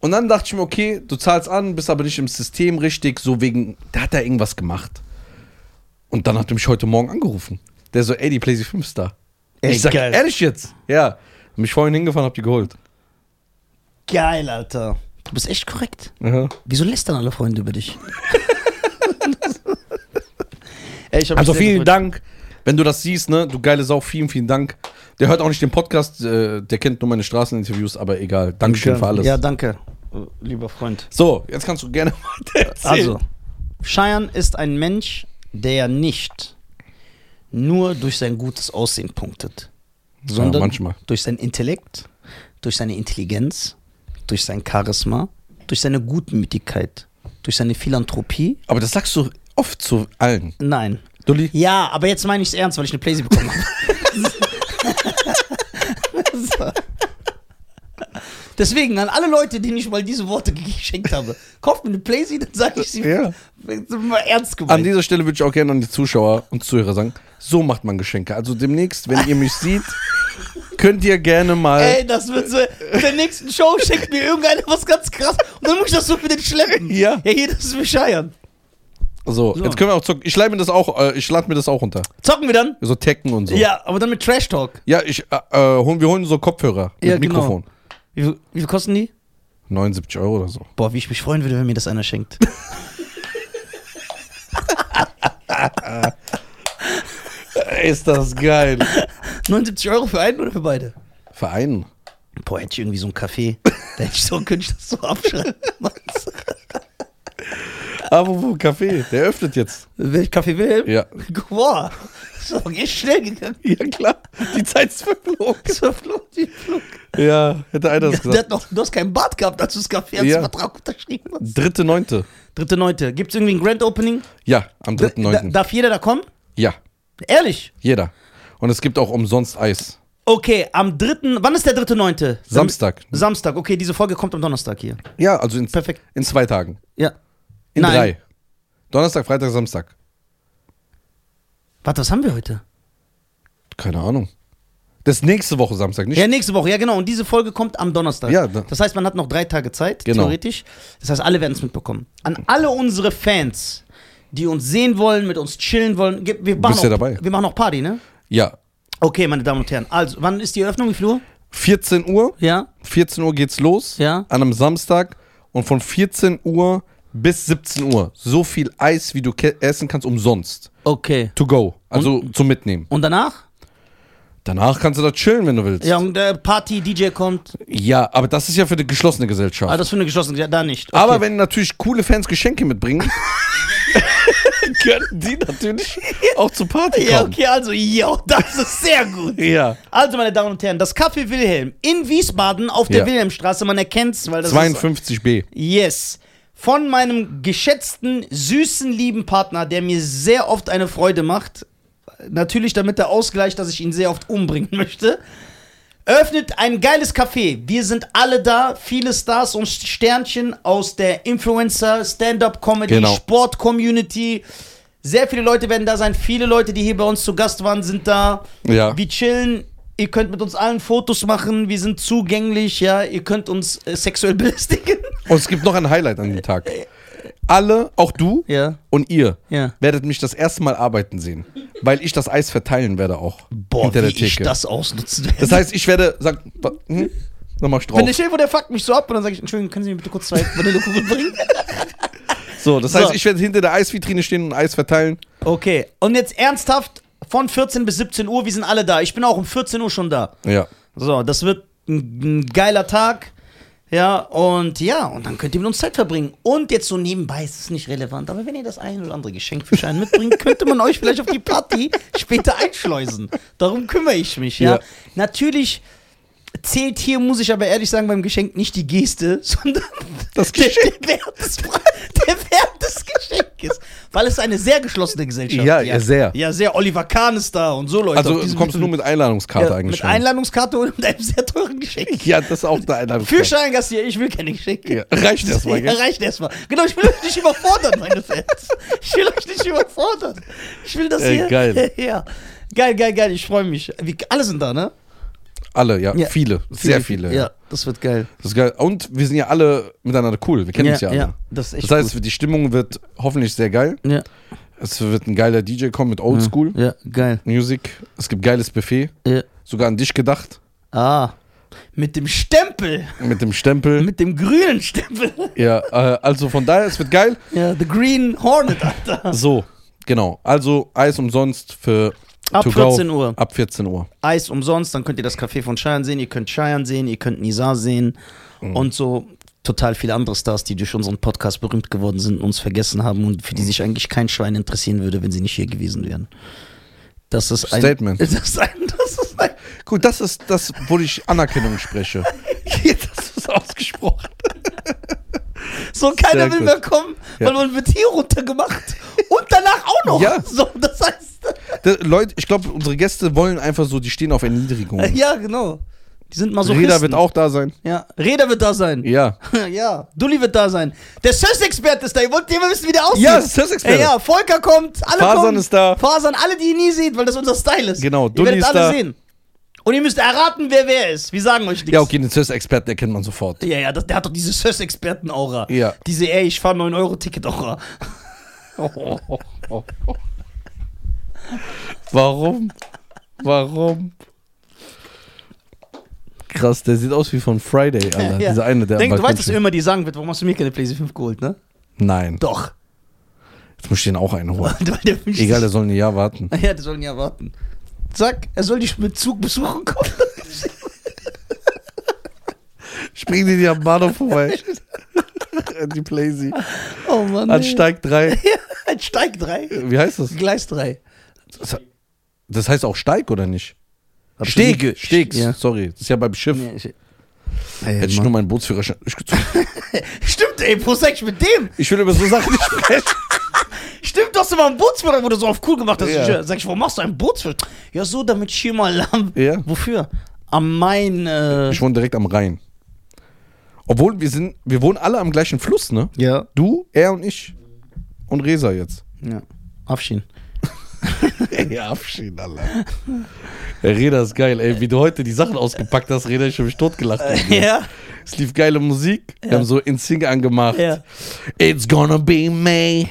Speaker 1: Und dann dachte ich mir, okay, du zahlst an, bist aber nicht im System richtig, so wegen, da hat er irgendwas gemacht. Und dann hat er mich heute Morgen angerufen. Der so, ey, die PlayStation 5 ist da.
Speaker 2: Ey,
Speaker 1: ich sag,
Speaker 2: geil.
Speaker 1: ehrlich jetzt? Ja. Bin ich vorhin hingefahren, hab die geholt.
Speaker 2: Geil, Alter. Du bist echt korrekt. Wieso lästern alle Freunde über dich? Ey, ich hab mich
Speaker 1: Also
Speaker 2: sehr
Speaker 1: vielen
Speaker 2: gefreut.
Speaker 1: Dank, wenn du das siehst, ne, du geile Sau, vielen, vielen Dank. Der hört auch nicht den Podcast, äh, der kennt nur meine Straßeninterviews, aber egal. Dankeschön für alles.
Speaker 2: Ja, danke, äh, lieber Freund.
Speaker 1: So, jetzt kannst du gerne weiter
Speaker 2: Also, Cheyenne ist ein Mensch, der nicht nur durch sein gutes Aussehen punktet, sondern
Speaker 1: manchmal.
Speaker 2: durch sein Intellekt, durch seine Intelligenz, durch sein Charisma, durch seine Gutmütigkeit, durch seine Philanthropie.
Speaker 1: Aber das sagst du oft zu allen.
Speaker 2: Nein.
Speaker 1: Dulli,
Speaker 2: Ja, aber jetzt meine ich es ernst, weil ich eine Playsee bekommen habe. so. Deswegen an alle Leute, denen ich mal diese Worte geschenkt habe, kauft mir eine Playsee, dann sage ich sie
Speaker 1: Ja.
Speaker 2: mal ernst
Speaker 1: an
Speaker 2: gemeint.
Speaker 1: dieser Stelle würde ich auch gerne an die Zuschauer und Zuhörer sagen, so macht man Geschenke. Also demnächst, wenn ihr mich seht, könnt ihr gerne mal...
Speaker 2: Ey, das wird so, in der nächsten Show schenkt mir irgendeiner was ganz krass und dann muss ich das so für den schleppen.
Speaker 1: Ja.
Speaker 2: Ja, hier, das ist mir scheiern.
Speaker 1: So,
Speaker 2: So.
Speaker 1: jetzt können wir auch zocken. Ich lade mir das auch, äh, ich lade mir das auch runter.
Speaker 2: Zocken wir dann?
Speaker 1: So Tekken und so.
Speaker 2: Ja, aber dann mit Trash Talk.
Speaker 1: Ja, ich, äh, äh, holen, wir holen so Kopfhörer mit
Speaker 2: Ja, genau.
Speaker 1: Mikrofon.
Speaker 2: Wie, viel- wie viel kosten die?
Speaker 1: 79 Euro oder so.
Speaker 2: Boah, wie ich mich freuen würde, wenn mir das einer schenkt.
Speaker 1: Ist das geil.
Speaker 2: 79 Euro für einen oder für beide?
Speaker 1: Verein.
Speaker 2: Boah, hätte ich irgendwie so ein Café. Da hätte ich so, könnte ich das so abschreiben. Meinst du?
Speaker 1: Apropos Kaffee, der öffnet jetzt.
Speaker 2: Welch Café Wilhelm?
Speaker 1: Ja.
Speaker 2: Boah, das ist aber echt schnell gegangen.
Speaker 1: Ja, klar. Die Zeit ist verflogen.
Speaker 2: Das war flog, wie flog.
Speaker 1: Ja, hätte einer das
Speaker 2: Der
Speaker 1: gesagt.
Speaker 2: hat noch, du hast keinen Bart gehabt, als du das Café als
Speaker 1: Ja.
Speaker 2: Vertrag unterschrieben hast.
Speaker 1: Dritte, neunte.
Speaker 2: Dritte Neunte. Gibt es irgendwie ein Grand Opening?
Speaker 1: Ja, am dritten,
Speaker 2: Da,
Speaker 1: neunten.
Speaker 2: darf jeder da kommen?
Speaker 1: Ja,
Speaker 2: Ehrlich?
Speaker 1: jeder. Und es gibt auch umsonst Eis.
Speaker 2: Okay, am dritten, wann ist der dritte Neunte?
Speaker 1: Samstag.
Speaker 2: Samstag, okay, diese Folge kommt am Donnerstag hier.
Speaker 1: Ja, also in,
Speaker 2: Perfekt.
Speaker 1: in zwei Tagen.
Speaker 2: Ja.
Speaker 1: In
Speaker 2: Nein.
Speaker 1: drei. Donnerstag, Freitag, Samstag.
Speaker 2: Warte, was haben wir heute?
Speaker 1: Keine Ahnung. Das ist nächste Woche Samstag, nicht?
Speaker 2: Ja, nächste Woche, ja genau. Und diese Folge kommt am Donnerstag.
Speaker 1: Ja, da-
Speaker 2: das heißt, man hat noch drei Tage Zeit,
Speaker 1: Genau.
Speaker 2: theoretisch. Das heißt, alle werden es mitbekommen. An alle unsere Fans, die uns sehen wollen, mit uns chillen wollen, ge- wir machen,
Speaker 1: Bist ja
Speaker 2: auch,
Speaker 1: dabei.
Speaker 2: Wir machen auch Party, ne?
Speaker 1: Ja.
Speaker 2: Okay, meine Damen und Herren. Also, wann ist die Eröffnung? Wie viel Uhr?
Speaker 1: 14 Uhr.
Speaker 2: Ja.
Speaker 1: 14 Uhr geht's los.
Speaker 2: Ja.
Speaker 1: An einem Samstag. Und von 14 Uhr bis 17 Uhr. So viel Eis, wie du ke- essen kannst, umsonst.
Speaker 2: Okay.
Speaker 1: To go. Also zum Mitnehmen.
Speaker 2: Und danach?
Speaker 1: Danach kannst du da chillen, wenn du willst.
Speaker 2: Ja, und der Party, DJ kommt.
Speaker 1: Ja, aber das ist ja für eine geschlossene Gesellschaft.
Speaker 2: Ah, das für eine geschlossene, ja, da nicht. Okay.
Speaker 1: Aber wenn natürlich coole Fans Geschenke mitbringen, können die natürlich auch zur Party
Speaker 2: Ja,
Speaker 1: kommen.
Speaker 2: okay, also, ja, das ist sehr gut.
Speaker 1: Ja.
Speaker 2: Also, meine Damen und Herren, das Café Wilhelm in Wiesbaden auf der
Speaker 1: Ja.
Speaker 2: Wilhelmstraße, man erkennt's, weil das ist
Speaker 1: 52b.
Speaker 2: Yes. Von meinem geschätzten, süßen, lieben Partner, der mir sehr oft eine Freude macht. Natürlich damit der Ausgleich, dass ich ihn sehr oft umbringen möchte. Öffnet ein geiles Café. Wir sind alle da. Viele Stars und Sternchen aus der Influencer, Stand-Up-Comedy,
Speaker 1: Genau.
Speaker 2: Sport-Community. Sehr viele Leute werden da sein. Viele Leute, die hier bei uns zu Gast waren, sind da.
Speaker 1: Ja.
Speaker 2: Wir chillen. Ihr könnt mit uns allen Fotos machen. Wir sind zugänglich. Ja, ihr könnt uns äh, sexuell belästigen.
Speaker 1: Und es gibt noch ein Highlight an dem Tag. Alle, auch du
Speaker 2: Ja.
Speaker 1: und ihr,
Speaker 2: Ja.
Speaker 1: werdet mich das erste Mal arbeiten sehen. Weil ich das Eis verteilen werde auch.
Speaker 2: Boah,
Speaker 1: hinter der
Speaker 2: wie ich
Speaker 1: Theke.
Speaker 2: das ausnutzen werde.
Speaker 1: Das heißt, ich werde sagen, wa- hm, dann mach ich drauf.
Speaker 2: Wenn der Chef oder der fuckt mich so ab und dann sage ich, Entschuldigung, können Sie mir bitte kurz zwei Vanillekuchen bringen?
Speaker 1: so, das heißt,
Speaker 2: So.
Speaker 1: ich werde hinter der Eisvitrine stehen und Eis verteilen.
Speaker 2: Okay, und jetzt ernsthaft, von 14 bis 17 Uhr, wir sind alle da. Ich bin auch um 14 Uhr schon da.
Speaker 1: Ja.
Speaker 2: So, das wird ein, ein geiler Tag. Ja, und ja, und dann könnt ihr mit uns Zeit verbringen. Und jetzt so nebenbei ist es nicht relevant, aber wenn ihr das ein oder andere Geschenk für Schein mitbringt, könnte man euch vielleicht auf die Party später einschleusen. Darum kümmere ich mich, ja.
Speaker 1: Ja.
Speaker 2: Natürlich zählt hier, muss ich aber ehrlich sagen, beim Geschenk nicht die Geste, sondern
Speaker 1: Das
Speaker 2: der,
Speaker 1: Geschenk.
Speaker 2: der, Wert des, der Wert des Geschenkes. Weil es ist eine sehr geschlossene Gesellschaft.
Speaker 1: Ja, ja, sehr.
Speaker 2: Ja, sehr. Oliver Kahn ist da und so Leute.
Speaker 1: Also
Speaker 2: auf
Speaker 1: du
Speaker 2: diesem-
Speaker 1: kommst nur mit Einladungskarte
Speaker 2: ja,
Speaker 1: eigentlich
Speaker 2: Mit
Speaker 1: schon.
Speaker 2: Einladungskarte und mit einem sehr teuren Geschenk.
Speaker 1: ja, das ist auch eine Einladungskarte.
Speaker 2: Für Scheingast hier, ich will keine Geschenke.
Speaker 1: Ja, reicht erstmal,
Speaker 2: Ja,
Speaker 1: gell?
Speaker 2: reicht erstmal. Genau, ich will euch nicht überfordern, meine Fans. Ich will euch nicht überfordern. Ich will das
Speaker 1: Ey,
Speaker 2: hier.
Speaker 1: geil.
Speaker 2: Ja. Geil, geil, geil. Ich freue mich. Wie, alle sind da, ne?
Speaker 1: Alle, ja,
Speaker 2: Ja.
Speaker 1: viele, sehr viele.
Speaker 2: Ja, das wird geil.
Speaker 1: Das ist geil. Und wir sind ja alle miteinander cool. Wir kennen uns ja alle.
Speaker 2: Das ist echt
Speaker 1: Das heißt, die Stimmung wird hoffentlich sehr geil.
Speaker 2: gut. Ja,
Speaker 1: Es wird ein geiler DJ kommen mit Oldschool
Speaker 2: Ja, geil.
Speaker 1: Music. Es gibt geiles Buffet.
Speaker 2: Ja.
Speaker 1: Sogar an dich gedacht.
Speaker 2: Ah. Mit dem Stempel.
Speaker 1: Mit dem Stempel.
Speaker 2: Mit dem grünen Stempel.
Speaker 1: ja, äh, also von daher, es wird geil.
Speaker 2: Ja, The Green Hornet, Alter.
Speaker 1: So, genau. Also Eis umsonst für
Speaker 2: Ab
Speaker 1: to
Speaker 2: 14
Speaker 1: go.
Speaker 2: Uhr.
Speaker 1: Ab 14 Uhr.
Speaker 2: Eis umsonst, dann könnt ihr
Speaker 1: Mhm.
Speaker 2: das Café von Cheyenne sehen, ihr könnt Cheyenne sehen, ihr könnt Nizar sehen
Speaker 1: Mhm.
Speaker 2: und so total viele andere Stars, die durch unseren Podcast berühmt geworden sind, uns vergessen haben und für die
Speaker 1: Mhm.
Speaker 2: sich eigentlich kein Schwein interessieren würde, wenn sie nicht hier gewesen wären. Das ist ein
Speaker 1: Statement.
Speaker 2: Das ist ein, das ist ein
Speaker 1: Gut, das ist das, wo ich Anerkennung spreche. das ist ausgesprochen.
Speaker 2: so keiner
Speaker 1: Sehr
Speaker 2: will
Speaker 1: gut.
Speaker 2: mehr kommen, weil
Speaker 1: Ja.
Speaker 2: man wird hier runtergemacht und danach auch noch.
Speaker 1: Ja.
Speaker 2: So, das heißt,
Speaker 1: Das, Leute, ich glaube, unsere Gäste wollen einfach so, die stehen auf Erniedrigung.
Speaker 2: ja genau. Die sind mal so.
Speaker 1: Oh. Reda wird auch da sein.
Speaker 2: Ja, Reda wird da sein.
Speaker 1: Ja.
Speaker 2: Ja, Dulli wird da sein. Der Söss-Experte ist da. Ihr wollt immer wissen, wie der aussieht.
Speaker 1: Ja, das ist Söss-Experte.
Speaker 2: Ey, Ja, Volker kommt. Alle
Speaker 1: Fasan
Speaker 2: kommen.
Speaker 1: ist da.
Speaker 2: Fasan, alle, die ihr nie seht, weil das unser Style ist.
Speaker 1: Genau,
Speaker 2: ihr
Speaker 1: Dulli
Speaker 2: werdet
Speaker 1: ist
Speaker 2: alle
Speaker 1: da.
Speaker 2: sehen. Und ihr müsst erraten, wer wer ist. Wir sagen euch nichts.
Speaker 1: Ja, okay, den CES-Experten erkennt man sofort.
Speaker 2: Ja, ja, das, der hat doch diese Söss-Experten-Aura.
Speaker 1: Ja.
Speaker 2: Diese, ey, ich fahr 9-Euro-Ticket-Aura.
Speaker 1: Warum? Warum? Krass, der sieht aus wie von Friday, Alter.
Speaker 2: Ja.
Speaker 1: Dieser eine, der
Speaker 2: Denk, du
Speaker 1: am
Speaker 2: weißt,
Speaker 1: Balkon
Speaker 2: dass
Speaker 1: steht.
Speaker 2: immer die sagen wird, warum hast du mir keine PlayStation 5 geholt, ne?
Speaker 1: Nein,
Speaker 2: Doch.
Speaker 1: jetzt muss ich den auch einholen.
Speaker 2: Weil der wünscht
Speaker 1: Egal, der
Speaker 2: sich-
Speaker 1: soll ein Jahr warten.
Speaker 2: Ja, die sollen ja warten. Zack, er soll dich mit Zug besuchen kommen.
Speaker 1: Springen die dir am Bahnhof vorbei. die Plazy.
Speaker 2: Oh Mann.
Speaker 1: An
Speaker 2: ey.
Speaker 1: Steig 3.
Speaker 2: Ja, ein Steig 3.
Speaker 1: Wie heißt das?
Speaker 2: Gleis 3.
Speaker 1: Das- Das heißt auch Steig, oder nicht? Stege. Stegs,
Speaker 2: Ja.
Speaker 1: sorry. Das ist ja beim Schiff.
Speaker 2: Nee, ich-
Speaker 1: Hätte ich nur meinen Bootsführerschein. Ich,
Speaker 2: Stimmt, ey, Prosex mit dem.
Speaker 1: ich will über so Sachen nicht sprechen.
Speaker 2: Stimmt, du hast immer einen Bootsführer, wo du so auf cool gemacht hast.
Speaker 1: Ja.
Speaker 2: Ich, äh, sag ich, warum machst du einen Bootsführer? Ja, so, damit ich hier mal Alarm.
Speaker 1: Ja.
Speaker 2: Wofür? Am Main. Äh,
Speaker 1: Ich wohne direkt am Rhein. Obwohl wir sind, wir wohnen alle am gleichen Fluss, ne?
Speaker 2: ja.
Speaker 1: Du, er und ich. Und Resa jetzt.
Speaker 2: Ja. Afschied.
Speaker 1: Ey, Abschied, Alter. Ey, Reda ist geil, ey. Wie du heute die Sachen ausgepackt hast, Reda, ich hab mich totgelacht. mit dir.
Speaker 2: Ja.
Speaker 1: Es lief geile Musik. Wir haben so in Sync angemacht.
Speaker 2: Ja.
Speaker 1: It's gonna be May.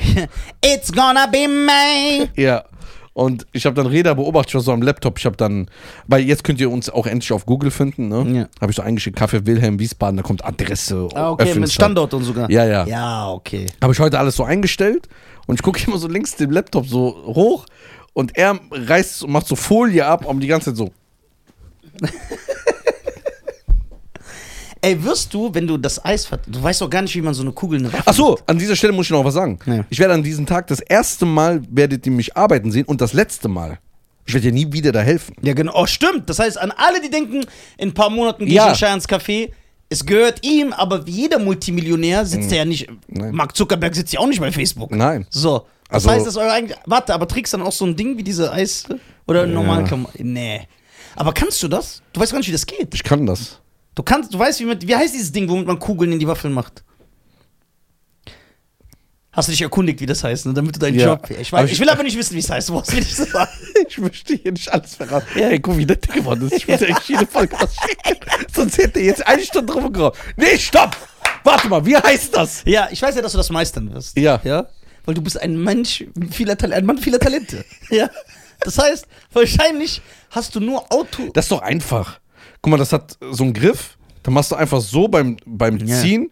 Speaker 2: It's gonna be May.
Speaker 1: Ja. Und ich habe dann Reda beobachtet, ich war so am Laptop. Ich habe dann, weil jetzt könnt ihr uns auch endlich auf Google finden, ne?
Speaker 2: Ja.
Speaker 1: Habe ich so eingeschickt, Kaffee Wilhelm Wiesbaden, da kommt Adresse.
Speaker 2: Ah, okay, mit
Speaker 1: Öffnungsstadt.
Speaker 2: Standort und sogar.
Speaker 1: Ja, ja.
Speaker 2: Ja, okay.
Speaker 1: Habe ich heute alles so eingestellt und ich gucke immer so links den Laptop so hoch und er reißt und macht so Folie ab, um die ganze Zeit so.
Speaker 2: Ey, wirst du, wenn du das Eis vert... Du weißt doch gar nicht, wie man so eine Kugel... in eine Waffe-
Speaker 1: Ach so, an dieser Stelle muss ich noch was sagen.
Speaker 2: Ja.
Speaker 1: Ich werde an diesem Tag das erste Mal, werdet ihr mich arbeiten sehen und das letzte Mal. Ich werde dir nie wieder da helfen.
Speaker 2: Ja, genau. Oh, stimmt. Das heißt, an alle, die denken, in ein paar Monaten gehe
Speaker 1: Ja.
Speaker 2: ich in Scheins Café, es gehört ihm, aber wie jeder Multimillionär sitzt er ja nicht. Mark Zuckerberg sitzt ja auch nicht bei Facebook.
Speaker 1: Mhm. Nein.
Speaker 2: So. Das
Speaker 1: Also-
Speaker 2: heißt, das ist euer eigentlich. Warte, aber trägst du dann auch so ein Ding wie diese Eis oder einen normalen
Speaker 1: Ja.
Speaker 2: Klam Nee. Aber kannst du das? Du weißt gar nicht, wie das geht.
Speaker 1: Ich kann das.
Speaker 2: Du kannst, du weißt, wie man, wie heißt dieses Ding, womit man Kugeln in die Waffeln macht? Hast du dich erkundigt, wie das heißt, ne? damit du deinen
Speaker 1: Ja.
Speaker 2: Job. Ich, weiß,
Speaker 1: Aber
Speaker 2: ich,
Speaker 1: ich-
Speaker 2: will aber nicht wissen, wie es heißt. Du brauchst mir nicht zu sagen.
Speaker 1: Ich möchte hier nicht alles verraten. Ey, guck, wie nett der geworden ist. Ich muss eigentlich jede Folge ausschicken. Sonst hätte er jetzt eine Stunde rumgeraubt. Nee, stopp! Warte mal, wie heißt das?
Speaker 2: Ja, ich weiß ja, dass du das meistern wirst.
Speaker 1: Ja.
Speaker 2: Ja? Weil du bist ein Mensch vieler Talente, ein Mann vieler Talente. ja. Das heißt, wahrscheinlich hast du nur Auto.
Speaker 1: Das ist doch einfach. Guck mal, das hat so einen Griff. Da machst du einfach so beim, beim
Speaker 2: Ja.
Speaker 1: Ziehen.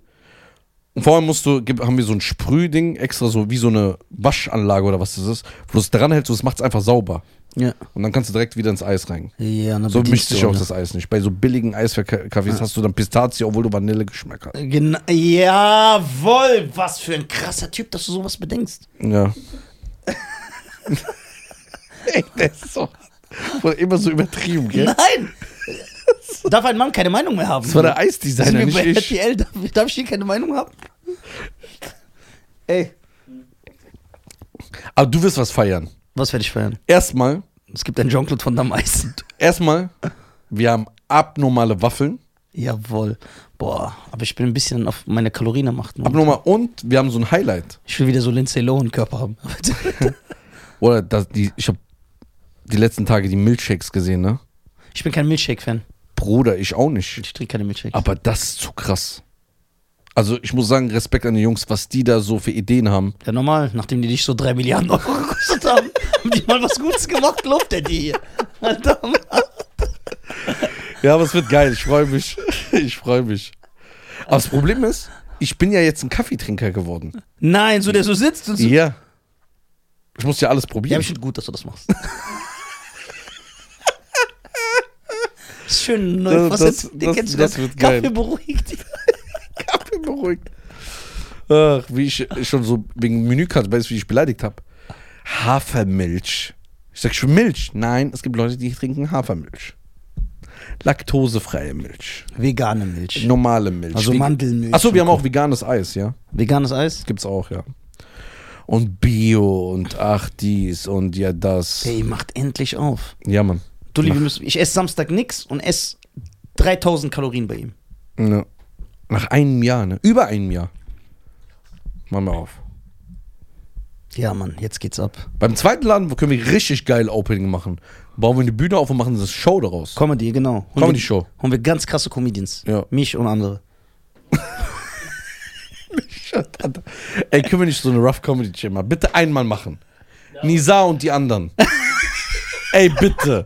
Speaker 1: Und vorher musst du, gib- haben wir so ein Sprühding extra, so wie so eine Waschanlage oder was das ist, wo du es dran hältst und es macht es einfach sauber.
Speaker 2: ja.
Speaker 1: Und dann kannst du direkt wieder ins Eis rein.
Speaker 2: Ja, na,
Speaker 1: So mischt sich auch
Speaker 2: ne?
Speaker 1: das Eis nicht. Bei so billigen Eisverkaffees hast du dann Pistazie, obwohl du Vanillegeschmack hast.
Speaker 2: ne? Gena Jawohl, was für ein krasser Typ, dass du sowas bedenkst.
Speaker 1: Ja. Ey, das ist so. Wurde immer so übertrieben, gell?
Speaker 2: Nein! Darf ein Mann keine Meinung mehr haben?
Speaker 1: Das war der
Speaker 2: Sind
Speaker 1: Eisdesigner,
Speaker 2: wir
Speaker 1: nicht
Speaker 2: bei
Speaker 1: ich.
Speaker 2: RTL? Darf, darf ich hier keine Meinung haben? Ey.
Speaker 1: Aber du wirst was feiern.
Speaker 2: Was werde ich feiern?
Speaker 1: Erstmal,
Speaker 2: Es gibt ein Jean-Claude Van Damme Eis.
Speaker 1: erstmal, wir haben abnormale Waffeln.
Speaker 2: Jawohl. Boah, aber ich bin ein bisschen auf meine Kalorien am achten.
Speaker 1: Abnormal und wir haben so ein Highlight.
Speaker 2: Ich will wieder so Lindsay Lohan Körper haben.
Speaker 1: Oder das, die, ich habe die letzten Tage die Milchshakes gesehen, ne?
Speaker 2: ich bin kein Milkshake-Fan.
Speaker 1: Bruder, ich auch nicht.
Speaker 2: Ich trinke keine Milkshakes.
Speaker 1: Aber das ist zu krass. Also ich muss sagen, Respekt an die Jungs, was die da so für Ideen haben.
Speaker 2: Ja, normal, nachdem die dich so 3 Milliarden Euro gekostet haben, haben die mal was Gutes gemacht, lobt er die hier. Alter, Mann.
Speaker 1: Ja, aber es wird geil. Ich freue mich. Ich freue mich. Aber das Problem ist, ich bin ja jetzt ein Kaffeetrinker geworden.
Speaker 2: Nein, so der so sitzt und so.
Speaker 1: Ja. Ich muss ja alles
Speaker 2: Ja,
Speaker 1: probieren.
Speaker 2: ich finde gut, dass du das machst. Schön neu.
Speaker 1: Das-
Speaker 2: Was
Speaker 1: das-
Speaker 2: jetzt? Den
Speaker 1: das-
Speaker 2: kennst du
Speaker 1: das
Speaker 2: doch.
Speaker 1: wird
Speaker 2: Kaffee
Speaker 1: geil.
Speaker 2: beruhigt dich.
Speaker 1: Kaffee beruhigt. Ach, wie ich schon so wegen Menükarte weiß, wie ich beleidigt habe. Hafermilch. Ich sag schon Milch. Nein, es gibt Leute, die trinken Hafermilch. Laktosefreie Milch.
Speaker 2: Vegane Milch.
Speaker 1: Normale Milch.
Speaker 2: Also
Speaker 1: Wie-
Speaker 2: Mandelmilch.
Speaker 1: Achso, wir haben auch veganes Eis, ja.
Speaker 2: Veganes Eis?
Speaker 1: Gibt's auch, ja. Und Bio und ach dies und ja das.
Speaker 2: Hey, macht endlich auf.
Speaker 1: Ja, Mann.
Speaker 2: Du, liebe, müssen, ich esse Samstag nix und esse 3000 Kalorien bei ihm.
Speaker 1: Ja. Nach einem Jahr, ne? Über einem Jahr. Machen wir auf.
Speaker 2: Ja, Mann, jetzt geht's ab.
Speaker 1: Beim zweiten Laden können wir richtig geil Opening machen. Bauen wir eine Bühne auf und machen das Show daraus.
Speaker 2: Comedy, genau. Holen
Speaker 1: Comedy
Speaker 2: wir-
Speaker 1: Show.
Speaker 2: Holen wir ganz krasse Comedians.
Speaker 1: Ja.
Speaker 2: Mich und andere.
Speaker 1: Ey, können wir nicht so eine Rough Comedy Jam machen? Bitte einmal machen. Nisa und die anderen. Ey, bitte.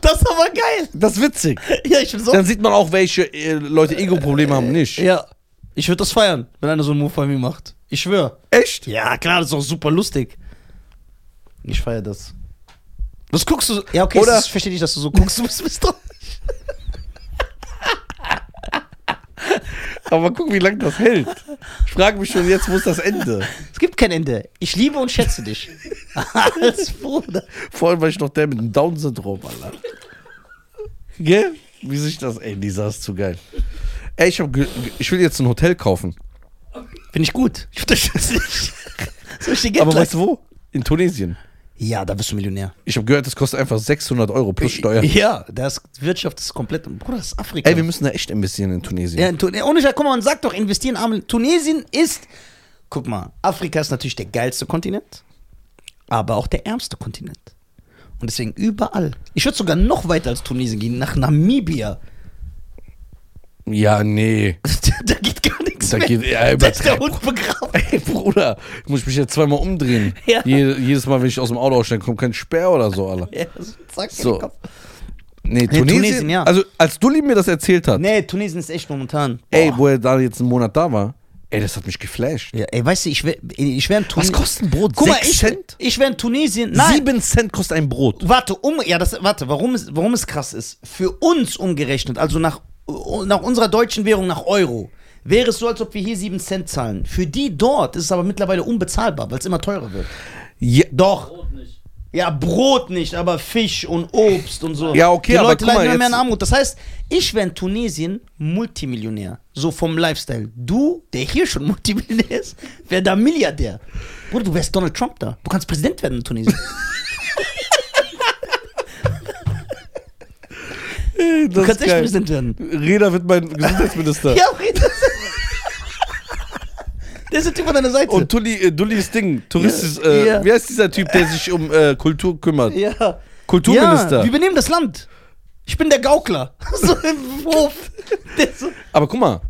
Speaker 2: Das ist aber geil.
Speaker 1: Das ist witzig.
Speaker 2: Ja, ich würde so.
Speaker 1: Dann sieht man auch, welche äh, Leute Ego-Probleme haben, nicht.
Speaker 2: Ähm, Ja, ich würde das feiern, wenn einer so einen Move bei mir macht. Ich schwöre.
Speaker 1: Echt?
Speaker 2: Ja, klar, das ist auch super lustig. Ich feiere das. Was guckst du? Ja, okay,
Speaker 1: Oder-
Speaker 2: Oder? ich verstehe nicht, dass du so guckst. Du bist, bist dran.
Speaker 1: Aber mal gucken, wie lange das hält. Ich frage mich schon jetzt, wo ist das Ende?
Speaker 2: Es gibt kein Ende. Ich liebe und schätze dich. Als Bruder.
Speaker 1: Vor allem, weil ich noch der mit dem Down-Syndrom, Alter. Gell? Wie sich das. Ey, Nisa ist zu geil. Ey, ich, hab ge ge- ich will jetzt ein Hotel kaufen.
Speaker 2: Bin ich gut. Ich unterstütze dich. Soll ich dir Geld
Speaker 1: Aber
Speaker 2: leihen?
Speaker 1: weißt du wo? In Tunesien.
Speaker 2: Ja, da bist du Millionär.
Speaker 1: Ich habe gehört, das kostet einfach 600 Euro plus Steuer.
Speaker 2: Ja, das Wirtschaft ist komplett. Bruder, das ist Afrika.
Speaker 1: Ey, wir müssen da echt investieren in Tunesien.
Speaker 2: Ja, in Tun- ja, ohne Scheiß, guck mal, man sagt doch, investieren arme. Tunesien ist, guck mal, Afrika ist natürlich der geilste Kontinent, aber auch der ärmste Kontinent. Und deswegen überall. Ich würde sogar noch weiter als Tunesien gehen, nach Namibia.
Speaker 1: Ja, nee.
Speaker 2: da geht gar nichts
Speaker 1: Da
Speaker 2: mehr.
Speaker 1: geht- ja,
Speaker 2: da ist der Hund begraben.
Speaker 1: Ey, Bruder, muss ich mich jetzt zweimal umdrehen.
Speaker 2: Ja.
Speaker 1: Je, jedes Mal, wenn ich aus dem Auto aussteige, kommt kein Sperr oder so, Alter.
Speaker 2: Ja, so, zack, in
Speaker 1: So.
Speaker 2: den Kopf.
Speaker 1: Nee, Tunesien.
Speaker 2: Tunesien, ja.
Speaker 1: Also, als Dulli mir das erzählt hat,
Speaker 2: Nee, Tunesien ist echt momentan.
Speaker 1: ey,
Speaker 2: Boah.
Speaker 1: wo er da jetzt einen Monat da war, ey, das hat mich geflasht.
Speaker 2: Ja, ey, weißt du, ich wäre ich wär in Tunesien.
Speaker 1: kostet ein Brot?
Speaker 2: Guck mal,
Speaker 1: Sechs
Speaker 2: ich,
Speaker 1: Cent?
Speaker 2: ich wäre in Tunesien. Nein,
Speaker 1: Sieben Cent kostet ein Brot.
Speaker 2: Warte, um, ja, das, warte, warum es, warum es krass ist. Für uns umgerechnet, also nach, nach unserer deutschen Währung, nach Euro, wäre es so, als ob wir hier 7 Cent zahlen. Für die dort ist es aber mittlerweile unbezahlbar, weil es immer teurer wird.
Speaker 1: Ja,
Speaker 2: Doch.
Speaker 3: Brot nicht.
Speaker 2: Ja, Brot nicht, aber Fisch und Obst und so.
Speaker 1: Ja, okay,
Speaker 2: die
Speaker 1: aber
Speaker 2: Leute
Speaker 1: guck mal,
Speaker 2: leiden immer mehr
Speaker 1: jetzt-
Speaker 2: in Armut. Das heißt, ich wäre in Tunesien Multimillionär. So vom Lifestyle. Du, der hier schon Multimillionär ist, wär da Milliardär. Bruder, du wärst Donald Trump da. Du kannst Präsident werden in Tunesien. Du kannst echt Präsident werden.
Speaker 1: Reda wird mein Gesundheitsminister.
Speaker 2: Ja, okay, das Der ist der Typ an deiner Seite.
Speaker 1: Und Tulli, äh, Dullis Ding, Touristis,
Speaker 2: Ja.
Speaker 1: äh,
Speaker 2: Ja.
Speaker 1: wie heißt dieser Typ, der sich um äh, Kultur kümmert?
Speaker 2: ja.
Speaker 1: Kulturminister.
Speaker 2: Ja, wir übernehmen das Land. Ich bin der Gaukler. so im Hof. Der so,
Speaker 1: Aber guck mal,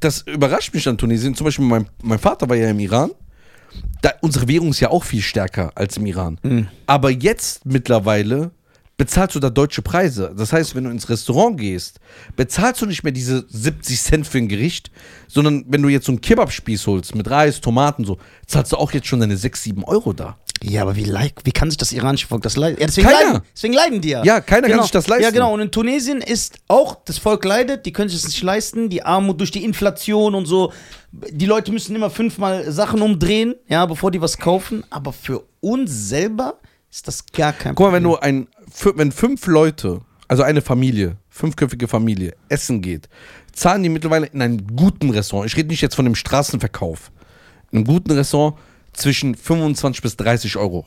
Speaker 1: das überrascht mich an Tunesien. Zum Beispiel, mein, mein Vater war ja im Iran. Da, unsere Währung ist ja auch viel stärker als im Iran. Aber jetzt mittlerweile bezahlst du da deutsche Preise. Das heißt, wenn du ins Restaurant gehst, bezahlst du nicht mehr diese 70 Cent für ein Gericht, sondern wenn du jetzt so einen Kebabspieß holst mit Reis, Tomaten, so, zahlst du auch jetzt schon deine 6, 7 Euro da.
Speaker 2: Ja, aber wie, leid, wie kann sich das iranische Volk das leiden? Ja, deswegen,
Speaker 1: Keiner.
Speaker 2: leiden, deswegen leiden die ja.
Speaker 1: Ja, keiner kann
Speaker 2: genau.
Speaker 1: sich das leisten.
Speaker 2: Ja, genau. Und in Tunesien ist auch, das Volk leidet, die können sich das nicht leisten, die Armut durch die Inflation und so. Die Leute müssen immer fünfmal Sachen umdrehen, ja, bevor die was kaufen. Aber für uns selber ist das gar kein
Speaker 1: Guck mal, wenn du ein, fü- wenn fünf Leute also eine Familie, fünfköpfige Familie, essen geht, zahlen die mittlerweile in einem guten Restaurant, ich rede nicht jetzt von dem Straßenverkauf, in einem guten Restaurant zwischen 25 bis 30 Euro.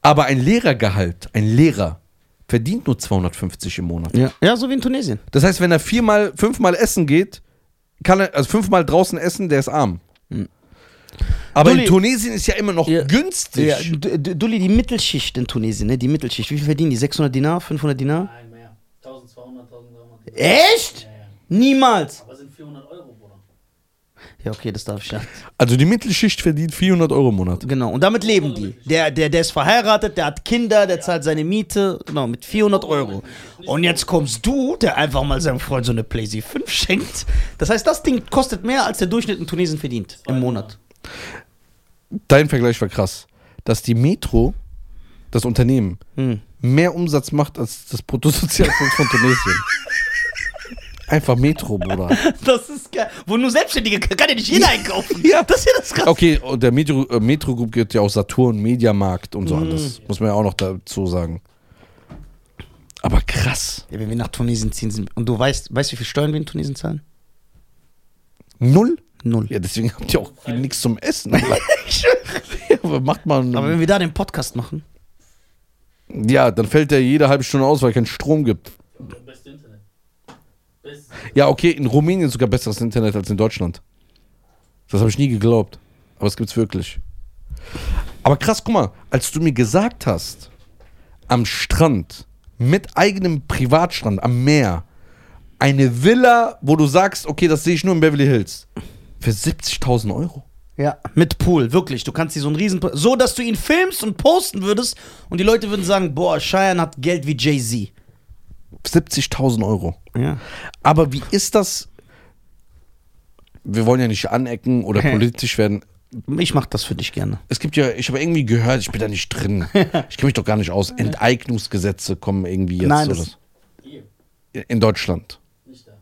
Speaker 1: Aber ein Lehrergehalt, ein Lehrer, verdient nur 250 im Monat.
Speaker 2: Ja. ja, so wie in Tunesien.
Speaker 1: Das heißt, wenn er viermal, fünfmal essen geht, kann er, also fünfmal draußen essen, der ist arm. Aber
Speaker 2: Dulli-
Speaker 1: in Tunesien ist ja immer noch
Speaker 2: Hm. Ja.
Speaker 1: günstig.
Speaker 2: Ja, D- D- Dulli, die Mittelschicht in Tunesien, ne? Die Mittelschicht. Wie viel verdienen die? 600 Dinar? 500 Dinar?
Speaker 3: Nein, mehr. 1200, 1300.
Speaker 2: Echt?
Speaker 3: Ja, ja.
Speaker 2: Niemals.
Speaker 3: Aber sind 400 Euro, Bruder.
Speaker 2: Ja, okay, das darf ich ja.
Speaker 1: Also die Mittelschicht verdient 400 Euro im Monat.
Speaker 2: Genau, und damit leben die. Der, der, der ist verheiratet, der hat Kinder, der zahlt seine Miete, genau, mit 400 Euro. Und jetzt kommst du, der einfach mal seinem Freund so eine PlayStation 5 schenkt. Das heißt, das Ding kostet mehr, als der Durchschnitt in Tunesien verdient im Monat.
Speaker 1: Dein Vergleich war krass. Dass die Metro, das Unternehmen,
Speaker 2: Hm.
Speaker 1: mehr Umsatz macht als das Bruttosozialprodukt von Tunesien. Einfach Metro, Bruder.
Speaker 2: Das ist geil. Wo nur Selbstständige, kann ja nicht jeder einkaufen. Ja. Das ist ja das Krasse.
Speaker 1: Okay, und der Metro, äh, Metro Group gehört ja auch Saturn, Mediamarkt und so
Speaker 2: Hm.
Speaker 1: alles. Muss man ja auch noch dazu sagen. Aber krass.
Speaker 2: Ja, wenn wir nach Tunesien ziehen, sind, und du weißt, weißt, wie viel Steuern wir in Tunesien zahlen?
Speaker 1: Null?
Speaker 2: Null.
Speaker 1: Ja, deswegen habt ihr auch nichts zum Essen. Alter. Aber macht man.
Speaker 2: Aber wenn wir da den Podcast machen,
Speaker 1: ja, dann fällt der jede halbe Stunde aus, weil kein Strom gibt.
Speaker 3: Das beste Internet. Best.
Speaker 1: Ja, okay, in Rumänien sogar besseres Internet als in Deutschland. Das habe ich nie geglaubt. Aber es gibt's wirklich. Aber krass, guck mal, als du mir gesagt hast, am Strand, mit eigenem Privatstrand, am Meer, eine Villa, wo du sagst, okay, das sehe ich nur in Beverly Hills, für 70.000 Euro.
Speaker 2: Ja. Mit Pool, wirklich. Du kannst dir so einen riesen So, dass du ihn filmst und posten würdest und die Leute würden sagen, boah, Cheyenne hat Geld wie Jay-Z.
Speaker 1: 70.000 Euro.
Speaker 2: Ja.
Speaker 1: Aber wie ist das? Wir wollen ja nicht anecken oder politisch werden.
Speaker 2: Ich mach das für dich gerne.
Speaker 1: Es gibt ja, ich habe irgendwie gehört, ich bin da nicht drin. Ich kenne mich doch gar nicht aus. Enteignungsgesetze kommen irgendwie jetzt.
Speaker 2: Nein,
Speaker 1: oder
Speaker 2: das-
Speaker 3: Hier,
Speaker 1: so. in Deutschland.
Speaker 3: nicht da.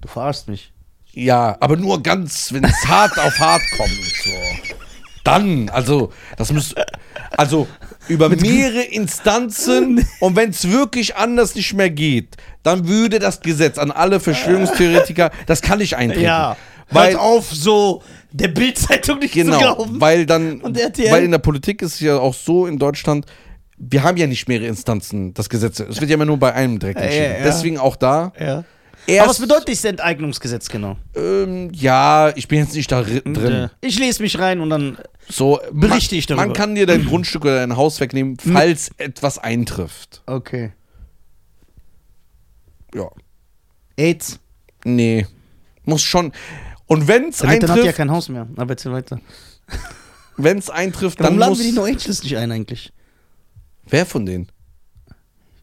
Speaker 2: Du verarschst mich.
Speaker 1: Ja, aber nur ganz, wenn es hart auf hart kommt. So. Dann, also, das muss, also über mehrere Instanzen und wenn es wirklich anders nicht mehr geht, dann würde das Gesetz an alle Verschwörungstheoretiker, das kann nicht eintreten.
Speaker 2: Ja.
Speaker 1: weil
Speaker 2: Weil Hört auf, so der Bildzeitung nicht zu
Speaker 1: Genau,
Speaker 2: glauben.
Speaker 1: weil dann,
Speaker 2: Und RTL.
Speaker 1: weil in der Politik ist es ja auch so in Deutschland, wir haben ja nicht mehrere Instanzen, das Gesetz. Es wird ja immer nur bei einem direkt
Speaker 2: Ja,
Speaker 1: entschieden.
Speaker 2: ja.
Speaker 1: Deswegen auch da.
Speaker 2: ja. Aber was
Speaker 1: Erst,
Speaker 2: bedeutet dieses Enteignungsgesetz genau?
Speaker 1: ähm, ja, ich bin jetzt nicht da ri-
Speaker 2: Ähm.
Speaker 1: drin.
Speaker 2: Ich lese mich rein und dann.
Speaker 1: So,
Speaker 2: Berichte
Speaker 1: man,
Speaker 2: ich darüber. Hm.
Speaker 1: Man kann dir dein Grundstück oder dein Haus wegnehmen, falls etwas eintrifft.
Speaker 2: Okay.
Speaker 1: Ja.
Speaker 2: AIDS.
Speaker 1: Nee. Muss schon. Und wenn es
Speaker 2: Dann hat er ja
Speaker 1: eintrifft,
Speaker 2: kein Haus mehr. Aber erzähl weiter.
Speaker 1: wenn es eintrifft,
Speaker 2: Warum
Speaker 1: dann
Speaker 2: laden
Speaker 1: muss.
Speaker 2: wir die No Angels nicht ein eigentlich?
Speaker 1: Wer von denen?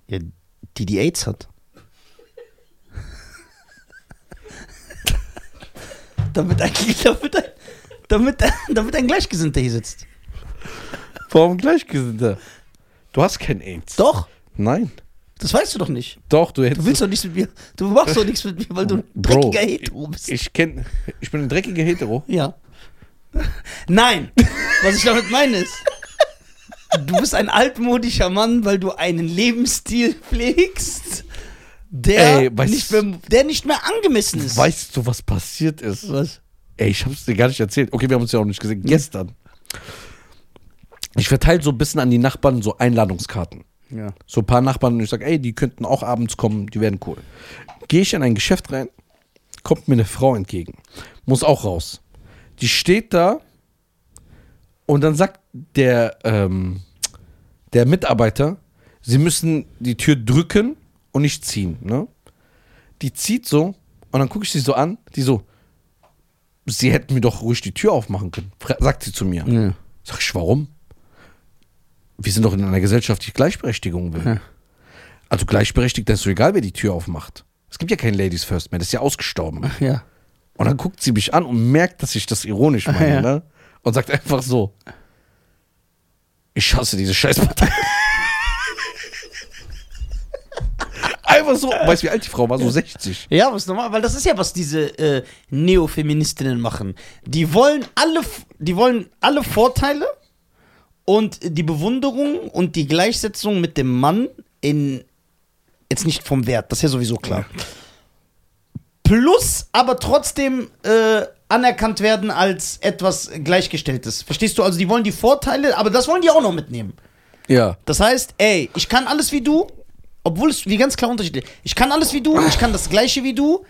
Speaker 2: Ja, die, die AIDS hat. damit, ein, damit, ein, damit, ein, damit ein Gleichgesinnter hier sitzt.
Speaker 1: Warum Gleichgesinnter? Du hast kein AIDS.
Speaker 2: Doch,
Speaker 1: Nein.
Speaker 2: das weißt du doch nicht.
Speaker 1: Doch, du hättest.
Speaker 2: Du willst doch nichts mit mir. Du machst doch nichts mit mir, weil du ein
Speaker 1: Bro,
Speaker 2: dreckiger Hetero bist.
Speaker 1: Ich kenn, ich bin ein dreckiger Hetero.
Speaker 2: ja. Nein, was ich damit meine ist, du bist ein altmodischer Mann, weil du einen Lebensstil pflegst, der,
Speaker 1: Ey, weißt-
Speaker 2: nicht, mehr, der nicht mehr angemessen ist.
Speaker 1: Weißt du, was passiert ist?
Speaker 2: was?
Speaker 1: Ey, ich hab's dir gar nicht erzählt. Okay, wir haben uns ja auch nicht gesehen. Gestern. Ich verteile so ein bisschen an die Nachbarn so Einladungskarten.
Speaker 2: Ja.
Speaker 1: So ein paar Nachbarn und ich sage, ey, die könnten auch abends kommen, die werden cool. Gehe ich in ein Geschäft rein, kommt mir eine Frau entgegen. Muss auch raus. Die steht da und dann sagt der, ähm, der Mitarbeiter, sie müssen die Tür drücken und nicht ziehen. Ne? Die zieht so und dann gucke ich sie so an, die so, sie hätten mir doch ruhig die Tür aufmachen können, fra- sagt sie zu mir.
Speaker 2: Ja.
Speaker 1: Sag ich, warum? Wir sind doch in einer Gesellschaft, die Gleichberechtigung will.
Speaker 2: Ja.
Speaker 1: Also gleichberechtigt, das ist so egal, wer die Tür aufmacht. Es gibt ja kein Ladies First mehr, das ist ja ausgestorben.
Speaker 2: Ja.
Speaker 1: Und dann guckt sie mich an und merkt, dass ich das ironisch meine,
Speaker 2: Ja.
Speaker 1: ne? Und sagt einfach so: Ich hasse diese Scheißpartei. einfach so, weißt du, wie alt die Frau war? So 60.
Speaker 2: Ja, was normal, weil das ist ja, was diese äh, Neofeministinnen machen. Die wollen alle, F- die wollen alle Vorteile und die Bewunderung und die Gleichsetzung mit dem Mann in Jetzt nicht vom Wert, das ist ja sowieso klar. Plus aber trotzdem äh, anerkannt werden als etwas Gleichgestelltes. Verstehst du? Also die wollen die Vorteile, aber das wollen die auch noch mitnehmen.
Speaker 1: Ja.
Speaker 2: Das heißt, ey, ich kann alles wie du, obwohl es wie ganz klar unterschiedlich Ich kann alles wie du, ich kann das gleiche wie du,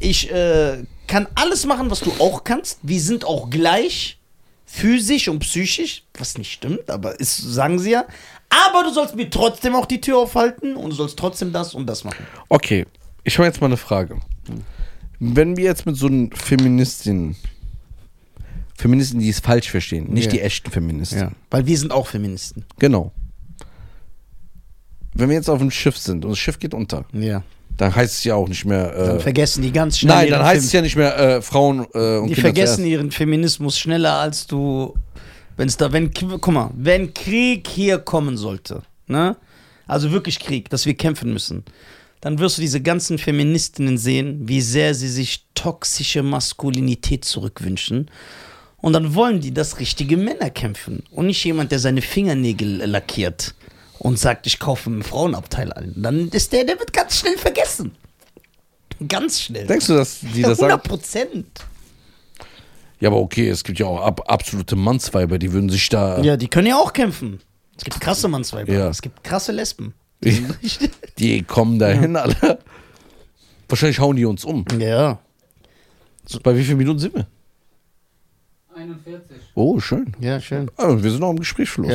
Speaker 2: ich äh, kann alles machen, was du auch kannst. Wir sind auch gleich, physisch und psychisch, was nicht stimmt, aber ist, sagen sie ja. Aber du sollst mir trotzdem auch die Tür aufhalten und du sollst trotzdem das und das machen.
Speaker 1: Okay, ich habe jetzt mal eine Frage. Wenn wir jetzt mit so einem Feministin, Feministen, die es falsch verstehen, nicht
Speaker 2: Ja.
Speaker 1: die echten Feministen,
Speaker 2: Weil wir sind auch Feministen.
Speaker 1: genau. Wenn wir jetzt auf einem Schiff sind und das Schiff geht unter,
Speaker 2: Ja.
Speaker 1: dann heißt es ja auch nicht mehr.
Speaker 2: Dann
Speaker 1: Äh,
Speaker 2: vergessen die ganz schnell.
Speaker 1: nein,
Speaker 2: ihren
Speaker 1: dann heißt es
Speaker 2: Fem-
Speaker 1: ja nicht mehr äh, Frauen äh, und
Speaker 2: Die
Speaker 1: Kinder
Speaker 2: vergessen
Speaker 1: zuerst.
Speaker 2: ihren Feminismus schneller als du. Wenn's da, wenn, guck mal, wenn Krieg hier kommen sollte, ne? Also wirklich Krieg, dass wir kämpfen müssen, dann wirst du diese ganzen Feministinnen sehen, wie sehr sie sich toxische Maskulinität zurückwünschen. Und dann wollen die, dass richtige Männer kämpfen und nicht jemand, der seine Fingernägel lackiert und sagt, ich kaufe im Frauenabteil ein. Dann ist der, der wird ganz schnell vergessen. Ganz schnell.
Speaker 1: Denkst du, dass die
Speaker 2: Ja,
Speaker 1: das
Speaker 2: 100
Speaker 1: sagen?
Speaker 2: Prozent.
Speaker 1: Ja, aber okay, es gibt ja auch ab, absolute Mannsweiber, die würden sich da.
Speaker 2: Ja, die können ja auch kämpfen. Es gibt krasse Mannsweiber.
Speaker 1: Ja.
Speaker 2: Es gibt krasse Lesben.
Speaker 1: Die kommen dahin, alle. Wahrscheinlich hauen die uns um.
Speaker 2: ja.
Speaker 1: Bei wie vielen Minuten sind wir?
Speaker 4: 41.
Speaker 1: Oh, schön.
Speaker 2: Ja, schön.
Speaker 1: Ah, wir sind noch im Gesprächsfluss.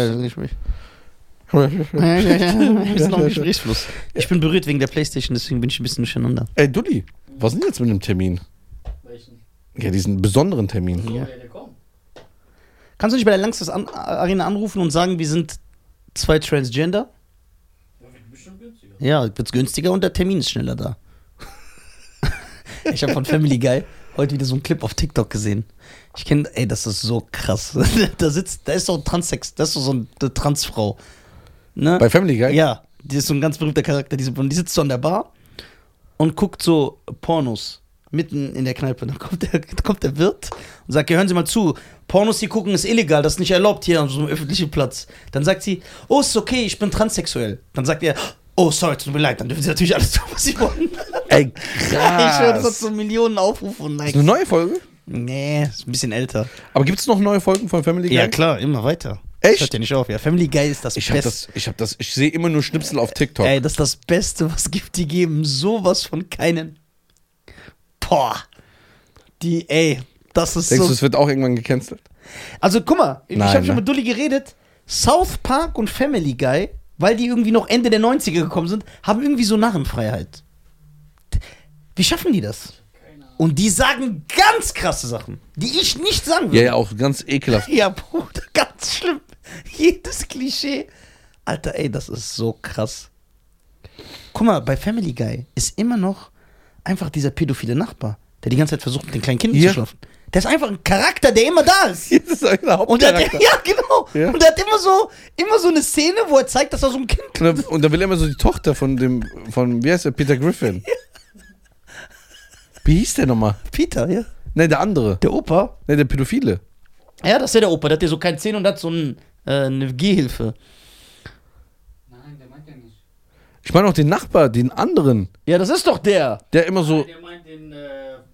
Speaker 2: Wir sind noch im Gesprächsfluss. Ich bin berührt wegen der Playstation, deswegen bin ich ein bisschen durcheinander.
Speaker 1: Ey, Dulli, was ist denn jetzt mit dem Termin?
Speaker 3: Welchen?
Speaker 1: Ja, diesen besonderen Termin.
Speaker 3: So,
Speaker 2: Ja.
Speaker 3: wer der kommt.
Speaker 2: Kannst du nicht bei der Langsys an äh, Arena anrufen und sagen, wir sind zwei Transgender?
Speaker 3: Der wird bestimmt günstiger.
Speaker 2: Ja, wird's günstiger und der Termin ist schneller da. ich habe von Family Guy heute wieder so einen Clip auf TikTok gesehen. Ich kenne, ey, das ist so krass. da sitzt, da ist so ein Transsex, das ist so eine Transfrau. Ne?
Speaker 1: Bei Family Guy?
Speaker 2: Ja, die ist so ein ganz berühmter Charakter. Die, sind- und die sitzt so an der Bar und guckt so Pornos mitten in der Kneipe. Dann kommt der, kommt der Wirt und sagt: ja, Hören Sie mal zu, Pornos, die gucken, ist illegal, das ist nicht erlaubt hier an so einem öffentlichen Platz. Dann sagt sie: Oh, ist okay, ich bin transsexuell. Dann sagt er: Oh, sorry, tut mir leid, dann dürfen Sie natürlich alles tun, was Sie wollen.
Speaker 1: Ey,
Speaker 2: Ich höre, das hat
Speaker 1: krass.
Speaker 2: so Millionen Aufrufe und
Speaker 1: Ist eine
Speaker 2: Likes.
Speaker 1: neue Folge?
Speaker 2: Nee, ist ein bisschen älter.
Speaker 1: Aber gibt es noch neue Folgen von Family Guy?
Speaker 2: Ja, klar, immer weiter.
Speaker 1: Echt?
Speaker 2: Hört ja nicht auf. Ja, Family Guy ist das
Speaker 1: Ich hab
Speaker 2: Beste.
Speaker 1: das, ich hab das, ich sehe immer nur Schnipsel auf TikTok.
Speaker 2: Ey, das ist das Beste, was gibt. Die geben sowas von keinen. Boah. Die, ey, das ist
Speaker 1: Denkst du,
Speaker 2: so.
Speaker 1: es wird auch irgendwann gecancelt?
Speaker 2: also guck mal, ich
Speaker 1: Nein,
Speaker 2: habe schon
Speaker 1: ne?
Speaker 2: mit Dulli geredet. South Park und Family Guy, weil die irgendwie noch Ende der 90er gekommen sind, haben irgendwie so Narrenfreiheit. Wie schaffen die das? Und die sagen ganz krasse Sachen, die ich nicht sagen
Speaker 1: Ja,
Speaker 2: würde.
Speaker 1: ja, auch ganz ekelhaft.
Speaker 2: Ja, Bruder, ganz schlimm. Jedes Klischee. Alter, ey, das ist so krass. Guck mal, bei Family Guy ist immer noch einfach dieser pädophile Nachbar, der die ganze Zeit versucht, mit den kleinen Kindern
Speaker 1: Ja.
Speaker 2: zu schlafen. Der ist einfach ein Charakter, der immer da ist.
Speaker 1: Das ist der
Speaker 2: Und der hat,
Speaker 1: Hauptcharakter.
Speaker 2: ja, genau.
Speaker 1: Ja.
Speaker 2: Und der hat immer so, immer so eine Szene, wo er zeigt, dass er so ein Kind
Speaker 1: Und da- Und da will er immer so die Tochter von dem, von, wie heißt der, Peter Griffin. Wie hieß der nochmal?
Speaker 2: Peter, ja.
Speaker 1: Ne, der andere.
Speaker 2: Der Opa.
Speaker 1: Ne, der Pädophile.
Speaker 2: Ja, das ist ja der Opa. Der hat ja so keine Zähne und hat so ein, äh, eine Gehhilfe.
Speaker 4: Nein, der meint ja nicht.
Speaker 1: Ich meine auch den Nachbar, den anderen,
Speaker 2: Ja, das ist doch der.
Speaker 1: der immer so,
Speaker 3: Der meint den äh,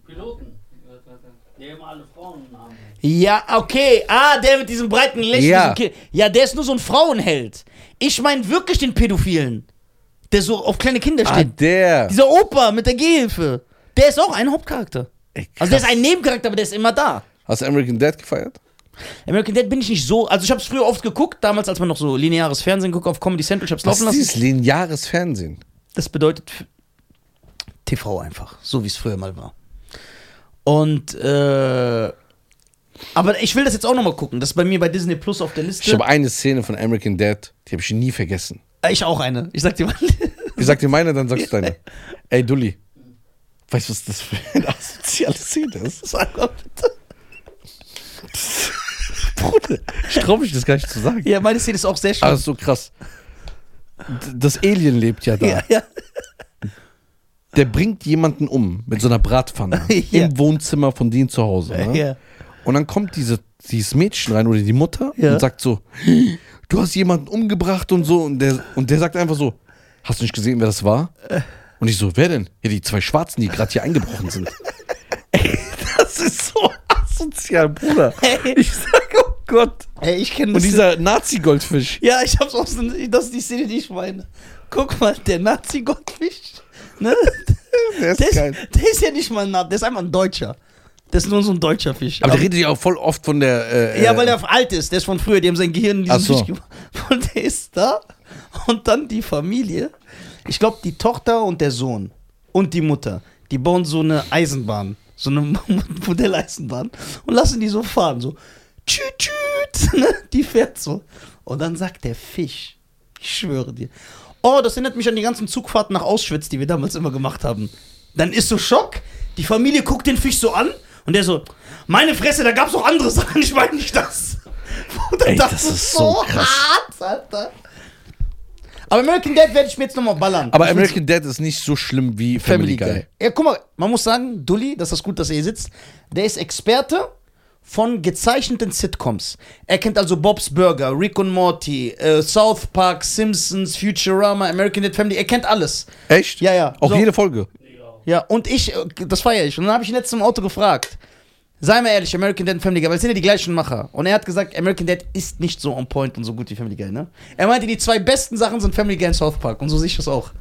Speaker 3: Piloten,
Speaker 4: Warte, warte.
Speaker 3: der immer alle Frauen haben. will.
Speaker 2: Ja, okay. Ah, der mit diesem breiten Lächeln.
Speaker 1: Ja.
Speaker 2: Ja, ja der ist nur so ein Frauenheld. Ich meine wirklich den Pädophilen, der so auf kleine Kinder
Speaker 1: ah,
Speaker 2: steht.
Speaker 1: der.
Speaker 2: Dieser Opa mit der Gehhilfe. Der ist auch ein Hauptcharakter.
Speaker 1: Ey,
Speaker 2: Also der ist ein Nebencharakter, aber der ist immer da.
Speaker 1: Hast du American Dad gefeiert?
Speaker 2: American Dad bin ich nicht so. Also ich habe es früher oft geguckt, damals, als man noch so lineares Fernsehen guckt auf Comedy Central, ich habe es
Speaker 1: Was
Speaker 2: laufen
Speaker 1: ist dieses
Speaker 2: lassen.
Speaker 1: lineares Fernsehen?
Speaker 2: Das bedeutet f- TV einfach, so wie es früher mal war. Und äh, aber ich will das jetzt auch nochmal gucken. Das ist bei mir bei Disney Plus auf der Liste.
Speaker 1: Ich habe eine Szene von American Dad, die habe ich nie vergessen.
Speaker 2: Äh, Ich auch eine. Ich sag dir mal.
Speaker 1: Ich sag dir meine, dann sagst du deine. Ey, Dulli, weißt du, was das für eine asoziale Szene ist?
Speaker 2: Sag mal bitte.
Speaker 1: Bruder, ich traue mich das gar nicht zu sagen.
Speaker 2: Ja, meine Szene ist auch sehr schön.
Speaker 1: Ah, das ist so krass. D- Das Alien lebt ja da.
Speaker 2: ja, ja.
Speaker 1: Der bringt jemanden um mit so einer Bratpfanne
Speaker 2: Ja.
Speaker 1: im Wohnzimmer von denen zu Hause. Ne?
Speaker 2: ja.
Speaker 1: Und dann kommt diese, dieses Mädchen rein oder die Mutter
Speaker 2: Ja.
Speaker 1: und sagt so, du hast jemanden umgebracht und so. Und der, und der sagt einfach so, hast du nicht gesehen, wer das war? Und ich so, wer denn? Ja, die zwei Schwarzen, die gerade hier eingebrochen sind. Ey, das ist so asozial, Bruder. Ich sag, oh Gott.
Speaker 2: Ey, ich kenne
Speaker 1: Und dieser Nazi-Goldfisch.
Speaker 2: Ja, ich hab's aus dem, das ist die Szene, die ich meine. Guck mal, der Nazi-Gottfisch, ne?
Speaker 1: Der ist
Speaker 2: Der ist,
Speaker 1: geil.
Speaker 2: der ist ja nicht mal ein Nazi, der ist einfach ein Deutscher. Der ist nur so ein deutscher Fisch.
Speaker 1: Aber der redet ja auch voll oft von der. Äh,
Speaker 2: ja, weil der alt ist, der ist von früher, die haben sein Gehirn in diesen
Speaker 1: Ach so.
Speaker 2: Fisch gemacht. Und der ist da und dann die Familie. Ich glaube, die Tochter und der Sohn und die Mutter, die bauen so eine Eisenbahn, so eine Modelleisenbahn und lassen die so fahren, so tschüt, tschüt, ne? die fährt so. Und dann sagt der Fisch, ich schwöre dir, oh, das erinnert mich an die ganzen Zugfahrten nach Auschwitz, die wir damals immer gemacht haben. Dann ist so Schock, die Familie guckt den Fisch so an und der so, meine Fresse, da gab's auch andere Sachen, ich meine nicht das. Bruder,
Speaker 1: Ey, das ist so krass.
Speaker 2: hart, Alter. Aber American Dad werde ich mir jetzt nochmal ballern.
Speaker 1: aber
Speaker 2: Ich
Speaker 1: American Dad ist nicht so schlimm wie Family, Guy.
Speaker 2: Ja, guck mal, man muss sagen, Dulli, das ist gut, dass er hier sitzt, der ist Experte von gezeichneten Sitcoms. Er kennt also Bob's Burger, Rick und Morty, äh, South Park, Simpsons, Futurama, American Dead Family, er kennt alles.
Speaker 1: Echt?
Speaker 2: Ja, ja.
Speaker 1: Auch
Speaker 2: So.
Speaker 1: jede Folge.
Speaker 3: Digga auch.
Speaker 2: Ja, und ich, äh, das feiere ich. Und dann habe ich ihn letztens im Auto gefragt. Sei mal ehrlich, American Dad und Family Guy, weil es sind ja die gleichen Macher. Und er hat gesagt, American Dad ist nicht so on point und so gut wie Family Guy, ne? Er meinte, die zwei besten Sachen sind Family Guy und South Park. Und so sehe ich das auch.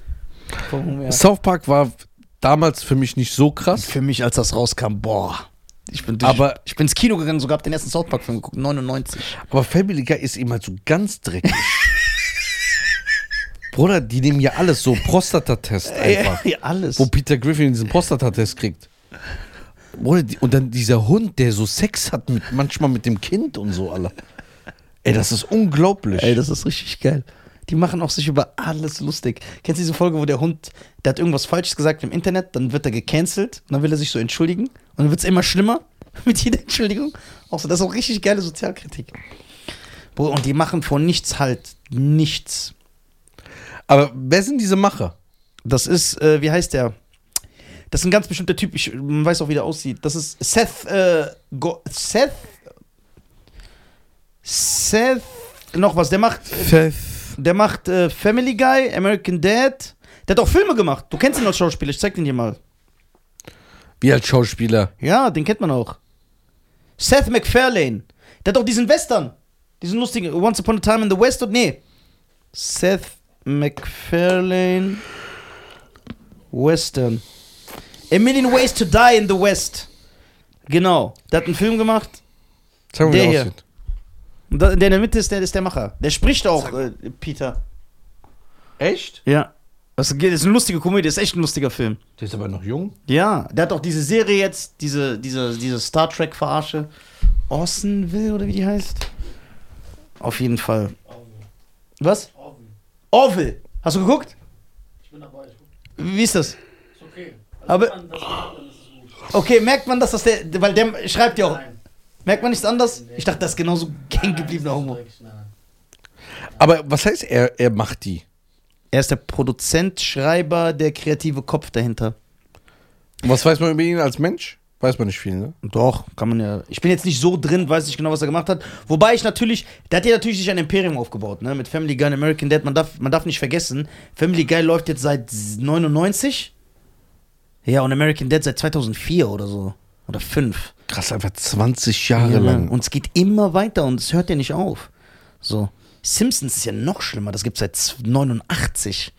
Speaker 2: Warum, ja.
Speaker 1: South Park war damals für mich nicht so krass.
Speaker 2: Für mich, als das rauskam, boah. Ich bin, durch,
Speaker 1: Aber-
Speaker 2: ich bin ins Kino gegangen, sogar hab den ersten South Park-Film geguckt, 99.
Speaker 1: Aber Family Guy ist eben halt so ganz dreckig. Bruder, die nehmen ja alles so Prostatatest einfach.
Speaker 2: Ja, alles.
Speaker 1: Wo Peter Griffin diesen Prostatatest kriegt. Bruder, die, und dann dieser Hund, der so Sex hat mit manchmal mit dem Kind und so, Alter. Ey, das ist unglaublich.
Speaker 2: Ey, das ist richtig geil. Die machen auch sich über alles lustig. Kennst du diese Folge, wo der Hund, der hat irgendwas Falsches gesagt im Internet, dann wird er gecancelt und dann will er sich so entschuldigen und dann wird es immer schlimmer mit jeder Entschuldigung. Auch so, das ist auch richtig geile Sozialkritik. Boah, und die machen vor nichts halt. Nichts.
Speaker 1: Aber wer sind diese Macher?
Speaker 2: Das ist, äh, wie heißt der? Das ist ein ganz bestimmter Typ, ich man weiß auch, wie der aussieht. Das ist Seth, äh, Go Seth, Seth, noch was, der macht,
Speaker 1: Pfeff.
Speaker 2: der macht äh, Family Guy, American Dad. Der hat auch Filme gemacht. Du kennst ihn als Schauspieler, ich zeig den dir mal.
Speaker 1: Wie als Schauspieler.
Speaker 2: Ja, den kennt man auch. Seth MacFarlane. Der hat auch diesen Western. Diesen lustigen Once Upon a Time in the West und nee. Seth MacFarlane. Western. A Million Ways to Die in the West. Genau. Der hat einen Film gemacht.
Speaker 1: Zeig mal, wie
Speaker 2: Der
Speaker 1: der
Speaker 2: hier.
Speaker 1: aussieht.
Speaker 2: Und da- der in der Mitte ist der, ist der Macher. Der spricht auch, äh, Peter.
Speaker 1: Echt?
Speaker 2: Ja. Das ist eine lustige Komödie, das ist echt ein lustiger Film.
Speaker 1: Der ist aber noch jung.
Speaker 2: Ja, der hat auch diese Serie jetzt, diese, diese, diese Star Trek-Verarsche. Orson oder wie die heißt? Auf jeden Fall.
Speaker 3: Orwell.
Speaker 2: Was?
Speaker 3: Orwell.
Speaker 2: Orville. Hast du geguckt?
Speaker 3: Ich bin dabei. ich guck.
Speaker 2: Wie ist das?
Speaker 3: Ist okay. Also
Speaker 2: Aber-
Speaker 3: wenn man das macht, dann ist es gut.
Speaker 2: Okay, merkt man das, dass der. Weil der schreibt ja auch.
Speaker 3: Nein.
Speaker 2: Merkt man nichts anderes? Ich dachte, das ist genauso
Speaker 3: Nein,
Speaker 2: hängen
Speaker 3: das ist
Speaker 2: gebliebener Homo.
Speaker 3: dreckig, nein, nein.
Speaker 1: Aber was heißt, er, er macht die?
Speaker 2: Er ist der Produzent, Schreiber, der kreative Kopf dahinter.
Speaker 1: Und was weiß man über ihn als Mensch? Weiß man nicht viel, ne?
Speaker 2: Doch, kann man ja. Ich bin jetzt nicht so drin, weiß nicht genau, was er gemacht hat. Wobei ich natürlich, der hat ja natürlich sich ein Imperium aufgebaut, ne? Mit Family Guy und American Dad. Man darf, man darf nicht vergessen, Family Guy läuft jetzt seit 99. Ja, und American Dad seit 2004 oder so. Oder 5.
Speaker 1: Krass, einfach 20 Jahre Ah, lang.
Speaker 2: Und es geht immer weiter und es hört ja nicht auf. So. Simpsons ist ja noch schlimmer, das gibt es seit z- 89.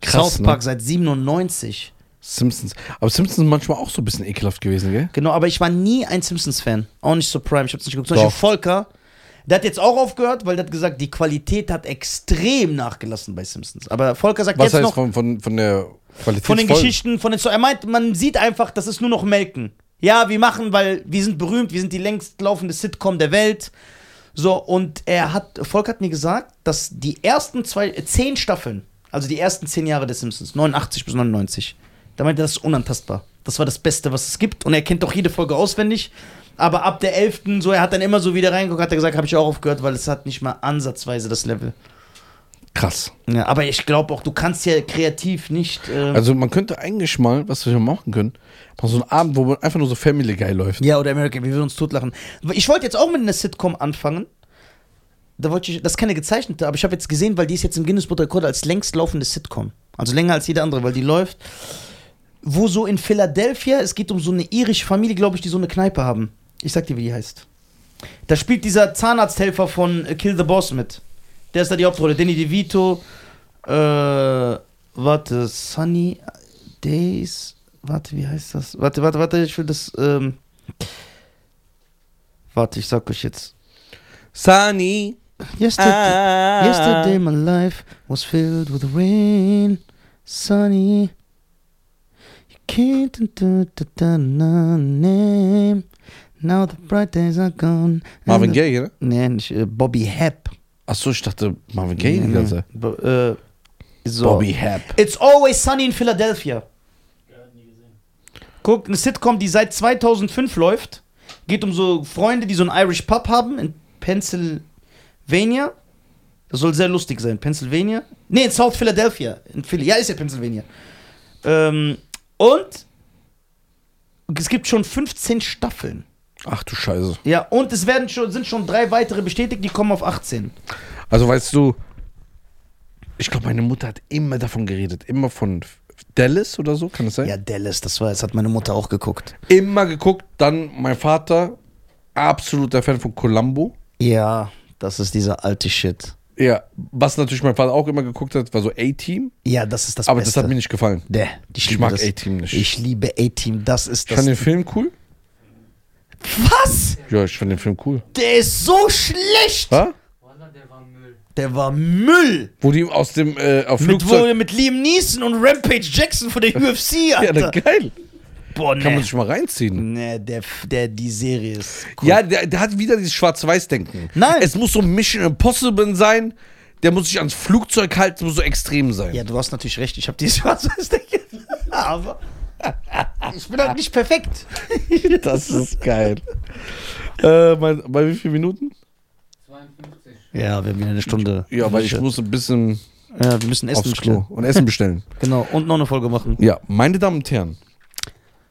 Speaker 1: Krass,
Speaker 2: South
Speaker 1: ne?
Speaker 2: Park seit 97.
Speaker 1: Simpsons. Aber Simpsons sind manchmal auch so ein bisschen ekelhaft gewesen, gell?
Speaker 2: Genau, aber ich war nie ein Simpsons-Fan. Auch nicht so Prime, ich hab's nicht geguckt. Zum Beispiel
Speaker 1: Doch.
Speaker 2: Volker, der hat jetzt auch aufgehört, weil der hat gesagt, die Qualität hat extrem nachgelassen bei Simpsons. Aber Volker sagt
Speaker 1: Was
Speaker 2: jetzt
Speaker 1: heißt
Speaker 2: noch,
Speaker 1: von, von, von der Qualität?
Speaker 2: von den Geschichten, von den so Er meint, man sieht einfach, das ist nur noch Melken. Ja, wir machen, weil wir sind berühmt, wir sind die längst laufende Sitcom der Welt. So, und er hat, Volker hat mir gesagt, dass die ersten zwei, äh, zehn Staffeln, also die ersten zehn Jahre der Simpsons, 89 bis 99, da meinte er, das ist unantastbar. Das war das Beste, was es gibt. Und er kennt auch jede Folge auswendig. Aber ab der 11. so, er hat dann immer so wieder reingeguckt, hat er gesagt, habe ich auch aufgehört, weil es hat nicht mal ansatzweise das Level.
Speaker 1: Krass.
Speaker 2: Ja, aber ich glaube auch, du kannst ja kreativ nicht. äh,
Speaker 1: Also man könnte eigentlich mal, was wir machen können, mal so einen Abend, wo man einfach nur so Family Guy läuft.
Speaker 2: Ja, oder American, wir würden uns totlachen. Ich wollte jetzt auch mit einer Sitcom anfangen, Da wollte ich, das ist keine gezeichnete, aber ich habe jetzt gesehen, weil die ist jetzt im Guinness Buch der Rekorde als längst laufende Sitcom. Also länger als jede andere, weil die läuft. Wo so in Philadelphia, es geht um so eine irische Familie, glaube ich, die so eine Kneipe haben. Ich sag dir, wie die heißt. Da spielt dieser Zahnarzthelfer von äh, Kill the Boss mit. Der ist da die Hauptrolle. Danny DeVito, äh, warte, Sunny Days, warte, wie heißt das? Warte, warte, warte, ich will das, ähm, warte, ich sag euch jetzt.
Speaker 1: Sunny. Ah,
Speaker 2: Yesterday, yesterday my life was filled with rain, sunny. You can't do the name. Now the bright days are gone. and
Speaker 1: Marvin
Speaker 2: the-
Speaker 1: Gaye, ne?
Speaker 2: Nee, nicht, äh, Bobby Hap.
Speaker 1: Achso, ich dachte Marvin Gaye die ganze Zeit.
Speaker 2: Bo- äh, so.
Speaker 1: Bobby Hap.
Speaker 2: It's Always Sunny in Philadelphia.
Speaker 3: Ja, nie gesehen.
Speaker 2: Guck, eine Sitcom, die seit 2005 läuft. Geht um so Freunde, die so einen Irish Pub haben in Pennsylvania. Das soll sehr lustig sein. Pennsylvania? Nee, in South Philadelphia. In Philly. Ja, ist ja Pennsylvania. Ähm, und es gibt schon 15 Staffeln.
Speaker 1: Ach du Scheiße.
Speaker 2: Ja, und es werden schon, sind schon drei weitere bestätigt, die kommen auf 18.
Speaker 1: Also weißt du, ich glaube, meine Mutter hat immer davon geredet. Immer von Dallas oder so, kann es sein?
Speaker 2: Ja, Dallas, das war, das hat meine Mutter auch geguckt.
Speaker 1: Immer geguckt. Dann mein Vater, absoluter Fan von Columbo.
Speaker 2: Ja, das ist dieser alte Shit.
Speaker 1: Ja, was natürlich mein Vater auch immer geguckt hat, war so A-Team.
Speaker 2: Ja, das ist das
Speaker 1: Aber das
Speaker 2: Beste.
Speaker 1: hat mir nicht gefallen.
Speaker 2: Nee, ich, liebe
Speaker 1: mag
Speaker 2: das.
Speaker 1: A-Team nicht.
Speaker 2: Ich liebe A-Team, das ist
Speaker 1: Ich
Speaker 2: das.
Speaker 1: fand den Film cool.
Speaker 2: Was?
Speaker 1: Ja, ich fand den Film cool.
Speaker 2: Der ist so schlecht!
Speaker 1: Ha?
Speaker 4: Wallah, der war Müll.
Speaker 2: Der war Müll!
Speaker 1: Wo die aus dem äh, auf
Speaker 2: Mit, wo,
Speaker 1: Flugzeug...
Speaker 2: mit Liam Neeson und Rampage Jackson von der UFC,
Speaker 1: Ja,
Speaker 2: Alter.
Speaker 1: dann geil.
Speaker 2: Boah,
Speaker 1: Kann man
Speaker 2: nee.
Speaker 1: sich mal reinziehen.
Speaker 2: Nee, der, F- der, die Serie ist cool.
Speaker 1: Ja, der, der hat wieder dieses Schwarz-Weiß-Denken.
Speaker 2: Nein.
Speaker 1: Es muss so Mission Impossible sein. Der muss sich ans Flugzeug halten, muss so extrem sein.
Speaker 2: Ja, du hast natürlich recht, ich habe die schwarz Aber ich bin halt nicht perfekt.
Speaker 1: Das ist geil. äh, mein, bei wie vielen Minuten?
Speaker 4: 52.
Speaker 2: Ja, wir haben wieder eine Stunde.
Speaker 1: Ja, weil ich muss ein bisschen
Speaker 2: Ja, wir müssen Essen
Speaker 1: aufs Klo
Speaker 2: bestellen.
Speaker 1: und Essen bestellen.
Speaker 2: Genau, und noch eine Folge machen.
Speaker 1: ja, meine Damen und Herren.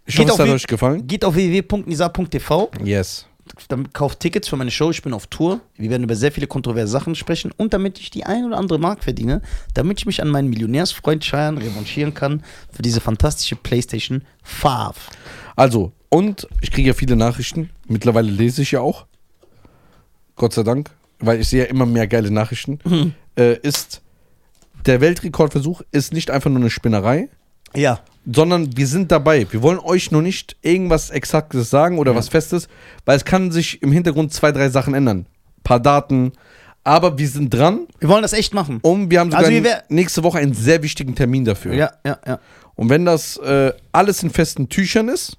Speaker 1: Ich
Speaker 2: Geht
Speaker 1: hoffe, es
Speaker 2: auf
Speaker 1: hat
Speaker 2: wie-
Speaker 1: euch gefallen.
Speaker 2: Geht auf www.nisa.tv.
Speaker 1: Yes.
Speaker 2: damit kauft Tickets für meine Show. Ich bin auf Tour. Wir werden über sehr viele kontroverse Sachen sprechen und damit ich die ein oder andere Mark verdiene, damit ich mich an meinen Millionärsfreund Cheyenne revanchieren kann für diese fantastische PlayStation 5.
Speaker 1: Also, und ich kriege ja viele Nachrichten. Mittlerweile lese ich ja auch. Gott sei Dank, weil ich sehe ja immer mehr geile Nachrichten. Äh, ist der Weltrekordversuch ist nicht einfach nur eine Spinnerei,
Speaker 2: Ja.
Speaker 1: sondern wir sind dabei. Wir wollen euch nur nicht irgendwas Exaktes sagen oder was Festes, weil es kann sich im Hintergrund zwei, drei Sachen ändern. Ein paar Daten. Aber wir sind dran
Speaker 2: Wir wollen das echt machen.
Speaker 1: und wir haben sogar
Speaker 2: Also wir wär-
Speaker 1: nächste Woche einen sehr wichtigen Termin dafür.
Speaker 2: Ja, ja, ja.
Speaker 1: Und wenn das äh, alles in festen Tüchern ist,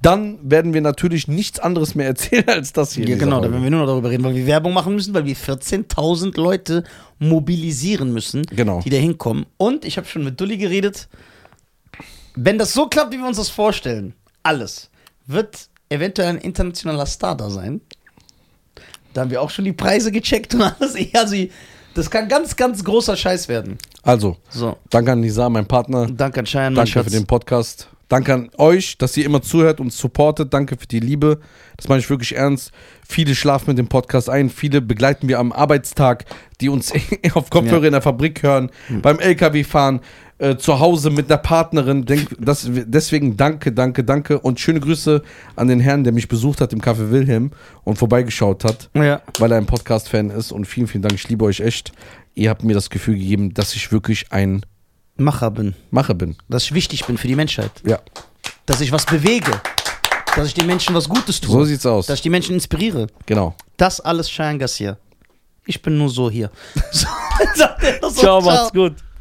Speaker 1: dann werden wir natürlich nichts anderes mehr erzählen als das hier. in
Speaker 2: Ja,
Speaker 1: dieser
Speaker 2: genau, da
Speaker 1: Folge.
Speaker 2: werden wir nur noch darüber reden, weil wir Werbung machen müssen, weil wir 14.000 Leute mobilisieren müssen,
Speaker 1: Genau.
Speaker 2: die da hinkommen. Und ich habe schon mit Dulli geredet, wenn das so klappt, wie wir uns das vorstellen, alles, wird eventuell ein internationaler Star da sein. Da haben wir auch schon die Preise gecheckt und alles. Also, das kann ganz, ganz großer Scheiß werden.
Speaker 1: Also,
Speaker 2: So,
Speaker 1: danke an Nisa, mein Partner.
Speaker 2: danke an Schein, mein
Speaker 1: Danke
Speaker 2: Schatz.
Speaker 1: für den Podcast. Danke an euch, dass ihr immer zuhört und supportet. Danke für die Liebe. Das meine ich wirklich ernst. Viele schlafen mit dem Podcast ein. Viele begleiten wir am Arbeitstag, die uns auf Kopfhörer in der Fabrik hören, beim LKW-Fahren, äh, zu Hause mit einer Partnerin. Denk, das, deswegen danke, danke, danke. Und schöne Grüße an den Herrn, der mich besucht hat im Café Wilhelm und vorbeigeschaut hat,
Speaker 2: Ja.
Speaker 1: weil er ein Podcast-Fan ist. Und vielen, vielen Dank. Ich liebe euch echt. Ihr habt mir das Gefühl gegeben, dass ich wirklich ein
Speaker 2: Macher bin,
Speaker 1: Macher bin.
Speaker 2: dass ich wichtig bin für die Menschheit,
Speaker 1: Ja.
Speaker 2: dass ich was bewege, dass ich den Menschen was Gutes tue.
Speaker 1: So sieht's aus.
Speaker 2: Dass ich die Menschen inspiriere.
Speaker 1: Genau.
Speaker 2: Das alles Cheyenne Garcia. Ich bin nur so hier. So, sagt er so,
Speaker 1: Ciao, macht's gut.